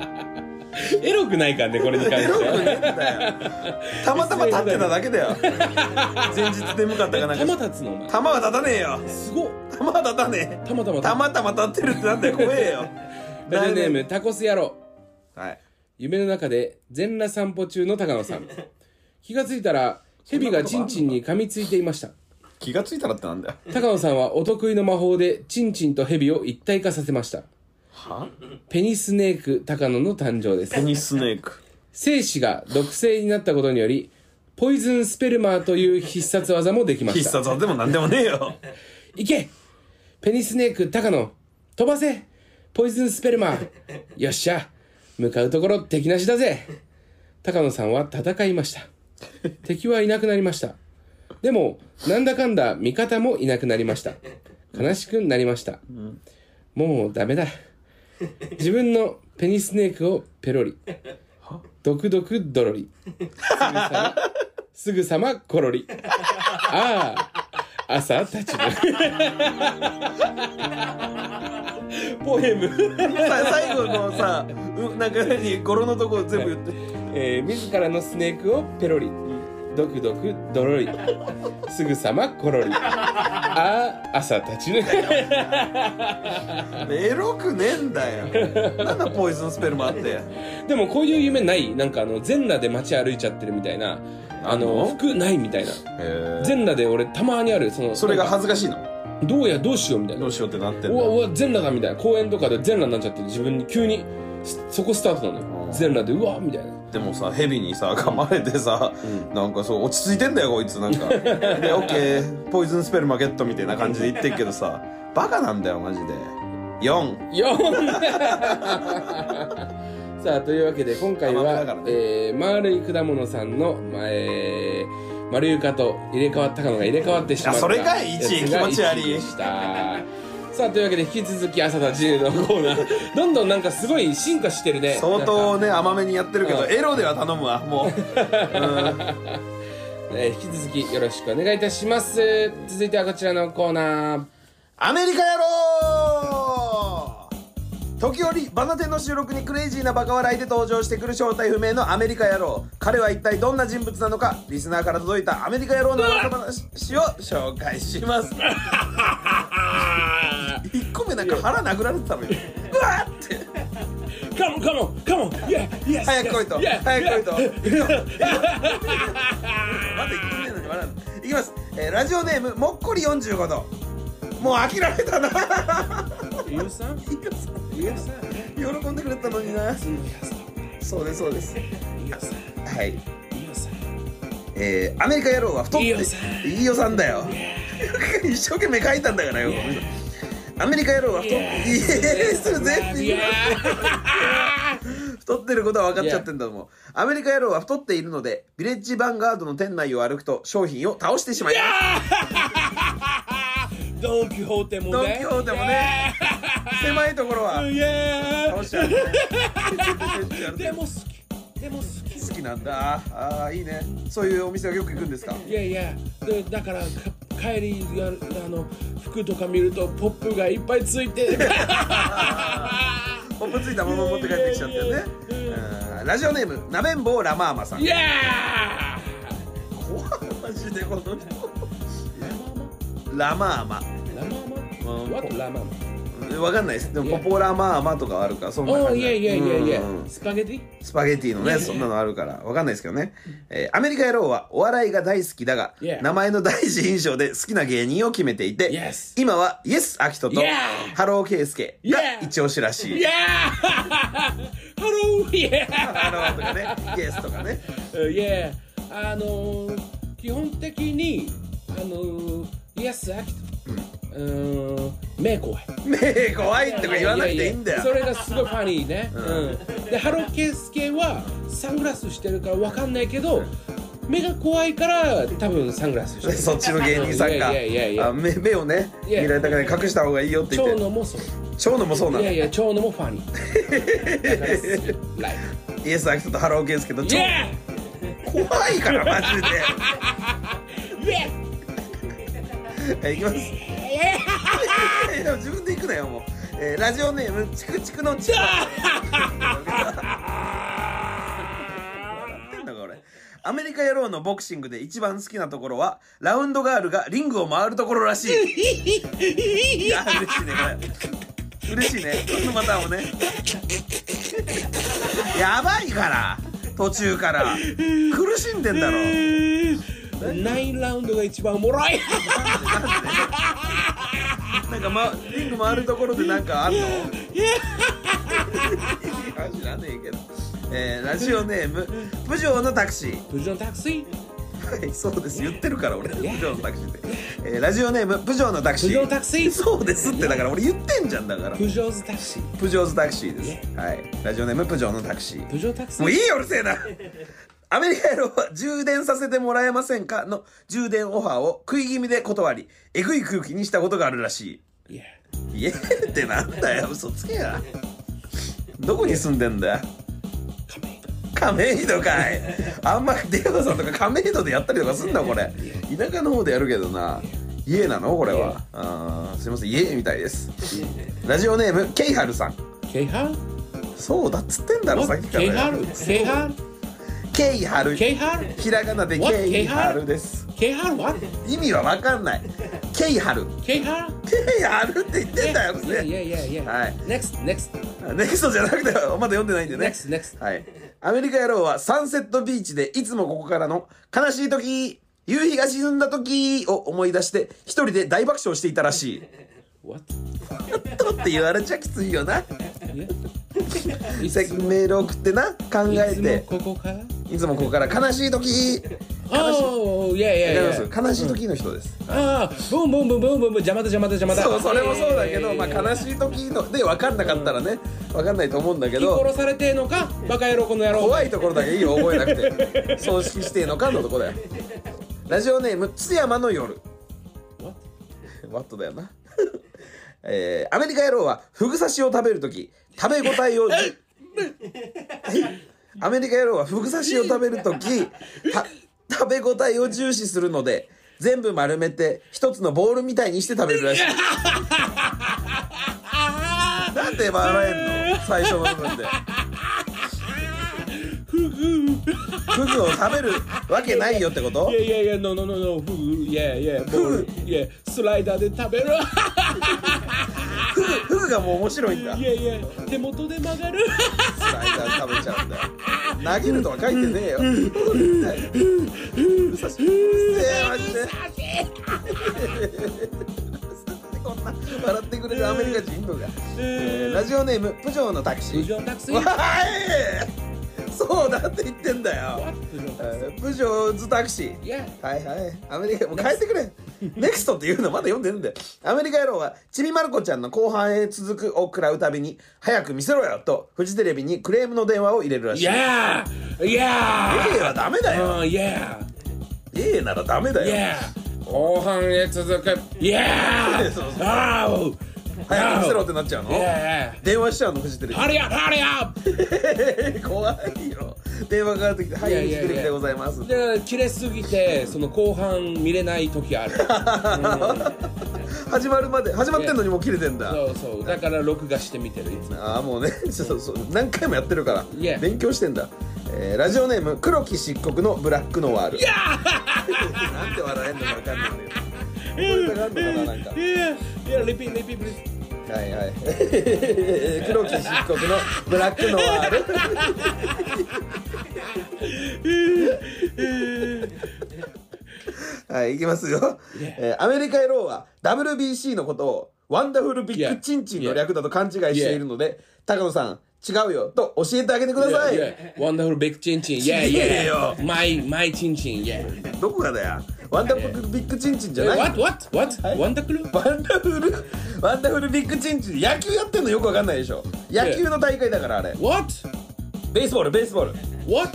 B: エロくないかんねこれに関
A: エロ
B: し
A: く
B: て
A: ね
B: は
A: えんだよたまたま立ってただけだよ前日で向かったかなん
B: 玉
A: か
B: 立つのお前
A: 玉は立たねえよ
B: すごっ
A: 玉は立た ね
B: 玉玉
A: えた
B: 玉
A: またま立ってるってなんだよ怖えよ
B: ラジオネームタコス野郎
A: はい
B: 夢の中で全裸散歩中の高 野さん気がついたら蛇がチンチンに噛みついていました
A: 気がついたらってなんだよ
B: 高野さんはお得意の魔法でチンチンと蛇を一体化させましたペニスネーク高野の誕生です
A: ペニスネーク
B: 精子が毒性になったことによりポイズンスペルマーという必殺技もできま
A: 必
B: した
A: 殺技でもなんでもねえよ
B: 行けペニスネーク高野飛ばせポイズンスペルマーよっしゃ向かうところ敵なしだぜ高野さんは戦いました敵はいなくなりましたでもなんだかんだ味方もいなくなりました悲しくなりましたもうダメだ自分のペニスネークをペロリドクドクドロリすぐさますぐさまコロリああ朝立ちのポエム、
A: さ最後のさうなんか何語呂のとこ全部言って
B: えー、自らのスネークをペロリドクドクドロリすぐさまコロリああ朝立ちの
A: エロくねえんだよなんだポイズンスペルもあって
B: でもこういう夢ないなんかあの全裸で街歩いちゃってるみたいなあの
A: の
B: 服ないみたいな全裸で俺たまにあるその
A: それが
B: なんか
A: 恥ずかしいの
B: どうやどうしようみたい
A: ど
B: な
A: うしようってなってん
B: うわ
A: の
B: うわ全裸だみたいな公園とかで全裸になっちゃって自分に急にすそこスタートなのよ全裸でうわみたいな
A: でもさヘビにさ噛まれてさ、なんかそう落ち着いてんだよこいつなんかでオッケーポイズンスペルマゲットみたいな感じで言ってっけどさバカなんだよマジで4
B: よんさあというわけで今回
A: 甘め
B: は
A: だから、ね
B: えー、丸い果物さんの、まあえー、丸床と入れ替わったのが入れ替わってしまった
A: あそれかい一位
B: やつが
A: 気持ち悪い
B: 一位でしたさあというわけで引き続き朝田10のコーナ ーどんどんなんかすごい進化してるね
A: 相
B: なん
A: 当
B: か
A: ね甘めにやってるけ
B: う
A: ど
B: ん
A: エロでは頼むわもう
B: えー引き続きよろしくお願いいたします続いてはこちらのコーナー
A: アメリカ野郎時折バナテンの収録にクレイジーなバカ笑いで登場してくる正体不明のアメリカ野郎彼は一体どんな人物なのかリスナーから届いたアメリカ野郎の噂話を紹介します 一個目なんか腹殴られてたのようわーって
B: カモンカモンカモンイエイエス
A: 早く来いと
B: イエス
A: 早く来いと
B: イエスイエス
A: まだ一個目なのに笑うのいきます、えーラジオネームもっこり45度もう飽きられたな
B: You son? You son?
A: 喜んでくれたのになそうですそうですはいえー、アメリカ野郎は太って
B: いいよさ
A: いいよさんだよ 一生懸命書いたんだからよアメリカ野郎は太っイエス全部太ってることは分かっちゃってんだもんアメリカ野郎は太っているのでビレッジヴァンガードの店内を歩くと商品を倒してしまいます
B: ドン・キホーテもね
A: ドン・キホーテもね狭いところは
B: イエ
A: 倒しちゃうね
B: ーイでも好きでも好き
A: 好きなんだあーいいねそういうお店はよく行くんですか
B: いやいやでだからか帰りああの服とか見るとポップがいっぱいつい て
A: ポップついたまま持って帰ってきちゃったよねうんラジオネームなめんぼうラマーマさん
B: イエ
A: 怖いマジでこの人ラマーマ
B: ーイラマ
A: うん
B: マワトラママ
A: わかんないですでもポポラマーマとかあるからそんな感
B: おー
A: じ
B: いやいやいやいや
A: うん
B: スパゲティ
A: スパゲティのねそんなのあるからわかんないですけどね、えーアメリカ野郎はお笑いが大好きだが
B: Yeah
A: 名前の第一印象で好きな芸人を決めていて
B: Yes
A: 今はイエス・アキトと
B: Yeah
A: ハロー・ケイスケが
B: Yeah
A: 一押しらしい
B: イエーイハローイエーイ
A: ハローとかねイエスとかね
B: いやあのー基本的にあのーイエスアキトうーん目怖い
A: 目怖いとか言わなくていいんだよ
B: やややそれがすごいファニーね、うん、でハロケスケはサングラスしてるからわかんないけど目が怖いから多分サングラスしてる
A: そっちの芸人さんが
B: いやいやいやいや
A: あ目目をね見
B: Yeah
A: られたから隠した方がいいよって言
B: 蝶
A: って
B: 野もそう
A: 蝶野もそうないの
B: やいや蝶野もファニーだから好きライ
A: イエス・アキトとハロー・ケイスケと
B: フ
A: 蝶
B: イ
A: 野
B: エ
A: 怖いからマジで。
B: ーイイエ
A: はい、行きます。でも自分で行くなよ、もう。えーラジオネーム、チクチクのチク。笑ってんのか、俺。アメリカ野郎のボクシングで一番好きなところは、ラウンドガールがリングを回るところらしい。いや、嬉しいね、これ。嬉しいね、このパターンもね。やばいから、途中から。苦しんでんだろ。
B: ーイ9ラウンドが一番おもろい
A: なんか、ま、リング回るところでなんかあるのあ知らねえけど、えーラジオネーム「プジョーのタクシー
B: プジョンタクシー」
A: はいそうです言ってるから俺プジョーのタクシーって、えーラジオネーム「プジョーのタクシー」
B: プジョーのタクシー
A: そうですってだから俺言ってんじゃんだから
B: プジョーズタクシー
A: プジョーズタクシーですはいラジオネーム「プジョーのタクシー
B: プ」ジョータクシー
A: もういいようるせえなアメリカ野郎は充電させてもらえませんかの充電オファーを食い気味で断りえぐい空気にしたことがあるらし
B: いや
A: い家ってなんだよ嘘つけやどこに住んでんだよ
B: 亀
A: 亀戸かいあんま出川さんとか亀戸でやったりとかすんだこれ田舎の方でやるけどな家なのこれはあーすいません家みたいですラジオネームケイハルさん
B: ケイハ
A: そうだっつってんだろさっ
B: ル
A: きから
B: ケイハルケイハ
A: ケイハル
B: ルケイハル
A: ひらがなで
B: What？
A: ケイハ
B: ケイハ
A: ル
B: ル
A: です
B: ケイハルは
A: 意味はわかんないケイハル
B: ケイハル
A: ケイハルって言ってんだようる
B: い
A: せ
B: や
A: え
B: いやいやいや
A: はい
B: NEXT NEXT
A: ネクストじゃなくてまだ読んでないんでね
B: NEXT NEXT
A: はい。アメリカ野郎はサンセットビーチでいつもここからの悲しい時、夕日が沈んだ時を思い出して一人で大爆笑していたら しい。
B: What?
A: とって言われちゃきついよな。
B: いやいつ
A: せ
B: も
A: メール送ってな、考え
B: いつも
A: て。
B: ここから
A: いつもここから悲しい時。
B: おーいやいやい
A: わ
B: や
A: かります悲しい時の人です。
B: ああブンブンブンブンブンブン邪魔だ邪魔だ邪魔だ
A: そう、それもそうだけど、まあ悲
B: い
A: しい時の、で分かんなかったらね、分かんないと思うんだけ
B: 引き
A: ど。
B: 殺されてんのかバカ野郎この野郎
A: 怖いところだけいいよ覚えなくて葬式指定の間のとこだよラジオネーム津山の夜
B: What？
A: ワットだよな えー、アメリカ野郎はフグ刺しを食べるとき食べ応えをじゅはいアメリカ野郎はフグ刺しを食べるときた食べ応えを重視するので全部丸めて一つのボールみたいにして食べるらしいなんで笑えんの最初の部分でフグを食べるわけないよってこと
B: いやいやいや No no no no フグいやいやボールいやスライダーで食べ る
A: フグがもう面白いんだ
B: い
A: ス
B: やいや手元で曲 がる
A: ライダー食べちゃうんだよ投げるとは書いてねえようるさしうるせえマジでこんな笑ってくれるアメリカ人いんのか、えーラジオネームプジョーのタクシ
B: プジ
A: ー
B: ョンタクシ
A: わ
B: ー
A: ーいそうだって言ってんだよ
B: What? プジョンタクシー
A: えープジョーズタクシー
B: Yeah
A: はいはいアメリカもう変えてくれネクストっていうのまだ読んでるんだよ。アメリカ野郎は、ちびまる子ちゃんの後半へ続くを食らうたびに、早く見せろよと、フジテレビにクレームの電話を入れるらしい。
B: イエーイエ
A: ええはダメだよ。
B: ーイイエ
A: え
B: ー
A: えならダメだ
B: イ
A: よ。
B: エー後半へ続くイエーイ
A: そうそう
B: あー
A: 早く見せろってなっちゃうの
B: イエーイ
A: 電話しちゃうの、フジテレビ。
B: ハリアハリア
A: 怖いよ。電話かかってきて、はいい、
B: や
A: フ
B: い
A: ジ
B: やい
A: テ
B: や
A: レビでございます。
B: で切れすぎてその後半見れない 時ある
A: 始まるまで、始まってんのにもう切れてんだ。
B: そうそうだから録画して見てるいつも
A: ああもうねそうそう何回もやってるから、
B: Yeah.
A: 勉強してんだ、えーラジオネーム黒木漆黒のブラックノワールなんて笑えんのか分かんないんだけどこれがあるのかななんか
B: いやいやリピリピプリス
A: はいはい 黒木漆黒のブラックノワー ルはい、いきますよ。えーアメリカ野郎は WBC のことをワンダフルビッグチンチンの略だと勘違いしているので、高野さん、違うよと教えてあげてください。
B: ワンダフルビッグチンチンイエーイエーイマイマイチンチンイエーイ
A: どこがだよ。ワンダフルビッグチンチンじゃない
B: What what what ワンダフル
A: ワンダフル、ワンダフルビッグチンチン。野球やってんのよくわかんないでしょ。野球の大会だからあれ。
B: What
A: ベースボール、ベースボール。
B: what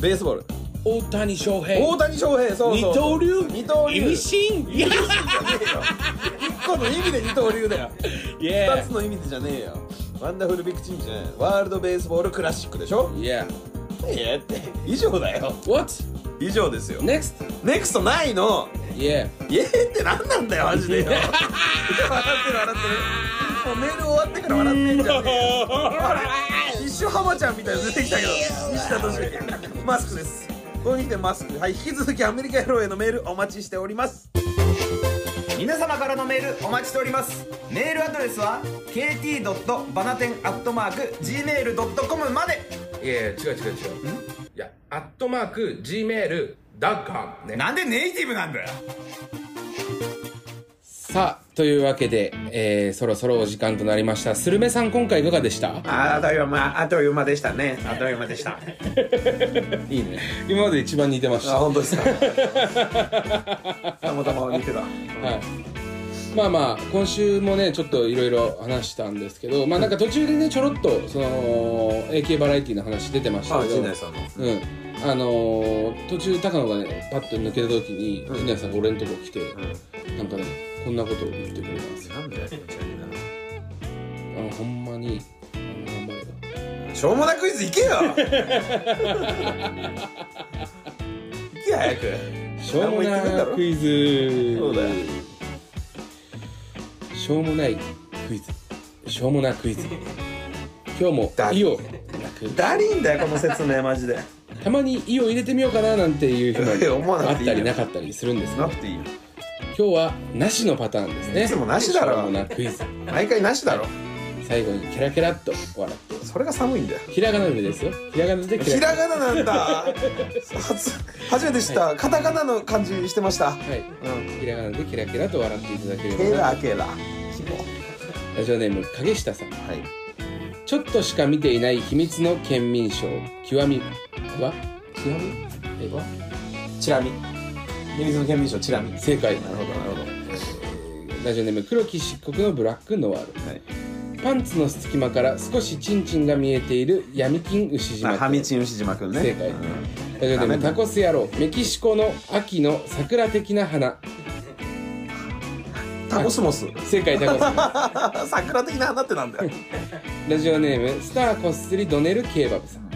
A: ベースボール。
B: 大谷翔平
A: 大谷翔平、そう
B: 二
A: そう。
B: 刀流
A: 二刀流。
B: 意味
A: 一
B: 深イエー
A: 個の意味で二刀流だよ。
B: イイ
A: 二つの意味でじゃねえよ。ワンダフルビッグチンチンじゃない。ワールドベースボールクラシックでしょ
B: イエー
A: いやって以上だよ
B: What
A: 以上ですよ
B: next
A: ネクストないの
B: イエ
A: イエーって何なんだよマジでよ 笑ってる笑ってるもうメール終わってから笑ってんじゃん一瞬浜ちゃんみたいなの出てきたけど西田敏行マスクですここに来てマスクはい引き続きアメリカ野郎へのメールお待ちしております
D: 皆様からのメールお待ちしておりますメールアドレスは kt. バナテンアットマーク gmail.com まで
B: ーイエー違う違う違ういやアットマーク gmail.com ね
D: なんでネイティブなんだよ
B: さあというわけで、えー、そろそろお時間となりましたスルメさん今回いかがでした
A: ああという間あという間でしたねあという間でした
B: いいね今まで一番似てました
A: あ本当ですかたまたま見てた
B: はい、まあまあ今週もねちょっといろいろ話したんですけどまあなんか途中でねちょろっとその AK バラエティの話出てましたけど
A: さんの
B: うんあのー途中高野がねパッと抜けた時に陣内さんが俺のとこ来て、なんかねこんなことを言ってくれたんですよ
A: なんだよ
B: あのほんまにあの名前が
A: しょうもなクイズ行け よ行け早く
B: しょうもないクイズ
A: そうだよ
B: しょうもないクイズしょうもないクイズ今日も
A: だ
B: 意をなく
A: ダリんだよこの説明マジで
B: たまに意を入れてみようかななんていう日
A: 思
B: も
A: わ
B: あ
A: なく
B: って
A: いいよ
B: たりなかったりするんですが
A: なくていいよ
B: 今日はなしのパターンですね
A: いつもなしだろ
B: しょうもなクイズ
A: 毎回なしだろ
B: 最後にケラケラっと笑
A: それが寒いんだよ
B: ってひらがなでですよひらがなでケラ
A: ひ
B: ケラ
A: らがななんだ初初めて知った、カタカナの漢字してました
B: はい
A: うん
B: ひらがなでケラケラと笑っていただけれ
A: ケ
B: ばな
A: ラケラは
B: ラジオネーム影下さん
A: い
B: ちょっとしか見ていない秘密の県民賞極みは極みえは
A: チラミ秘密の県民賞チラミ
B: 正解
A: なるほどなるほど
B: ラジオネーム黒木漆黒のブラックノワール、
A: はい
B: パンツの隙間から少しチンチンが見えている闇金牛島
A: あ
B: 君
A: ハミチン牛島くんね
B: 正解
A: うん
B: ラジオネームタコス野郎メキシコの秋の桜的な花
A: タコスモス
B: 正解タコ ス
A: 桜的な花ってなんだよ
B: ラジオネームスターこっすりドネルケーバブさん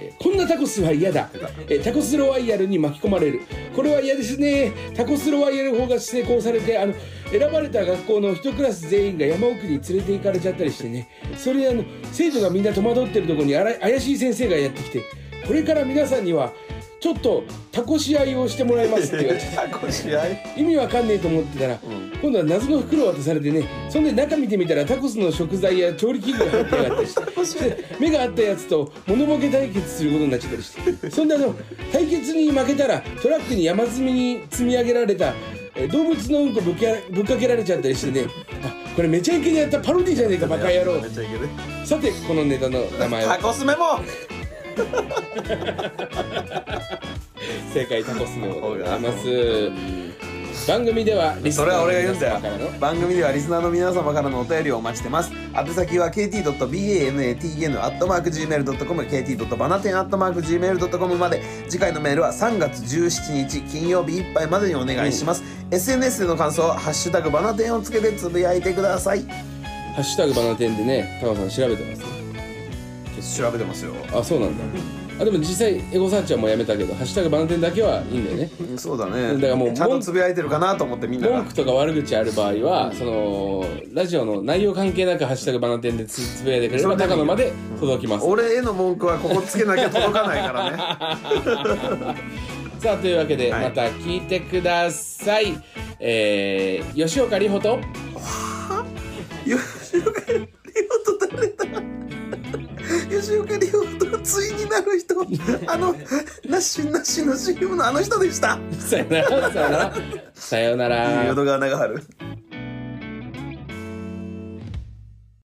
B: えーこんなタコスは嫌だえータコスロワイヤルに巻き込まれるこれは嫌ですねタコスロワイヤル法が成功されてあの選ばれた学校の一クラス全員が山奥に連れて行かれちゃったりしてねそれであの生徒がみんな戸惑ってるところにあら怪しい先生がやってきてこれから皆さんにはちょっとタコ試合をしてもらいますって言われて
A: タコ試合
B: 意味わかんねえと思ってたら、今度は謎の袋を渡されてねそんで中見てみたらタコスの食材や調理器具が入ってやがって で目が合ったやつと物ボケ対決することになっちゃったりしてそんであの対決に負けたらトラックに山積みに積み上げられたえ動物のうんこぶっけぶっかけられちゃったりしてねあこれめちゃイケでやったパロディじゃねえかバカ野郎
A: めっちゃいける
B: さてこのネタの名前
A: タ
B: は
A: コスメモ
B: 正解タコスのございます番組ではリス
D: そ
B: ナ
D: れ
B: ー
D: は
B: の
D: 俺が言
B: 皆
D: う
B: 様
D: んだ
B: から
D: よ
B: の
D: 番組ではリスナーの皆様からのお便りをお待ちしてます宛先は kt.ban.gmail.com kt.banaten.gmail.com まで次回のメールは3月17日金曜日いっぱいまでにお願いします、SNS での感想は「ハッシュタグバナテン」をつけてつぶやいてください
B: ハッシュタグバナテンでねタカさん調べてます
D: 調べてますよ
B: あそうなんだあでも実際エゴサーチはもうやめたけど「ハッシュタグバナテン」だけはいいんだよね
D: そうだね
B: だからもう
D: ちゃんとつぶやいてるかなと思ってみんなが
B: 文句とか悪口ある場合はそのラジオの内容関係なく「ハッシュタグバナテン」でつつぶやいてくれれば
D: それで
B: 高
D: もい
B: 野
D: いよ
B: まで届きます
D: 俺への文句はここつけなきゃ届かないからね
B: さあというわけで
D: はい
B: また聞いてください、えー、吉岡里帆と
D: 吉岡里夫と誰だ 吉岡里夫とついになる人あのナッシュナッシュの CM のあの人でした
B: さよならさよならさよなら
D: 淀川長春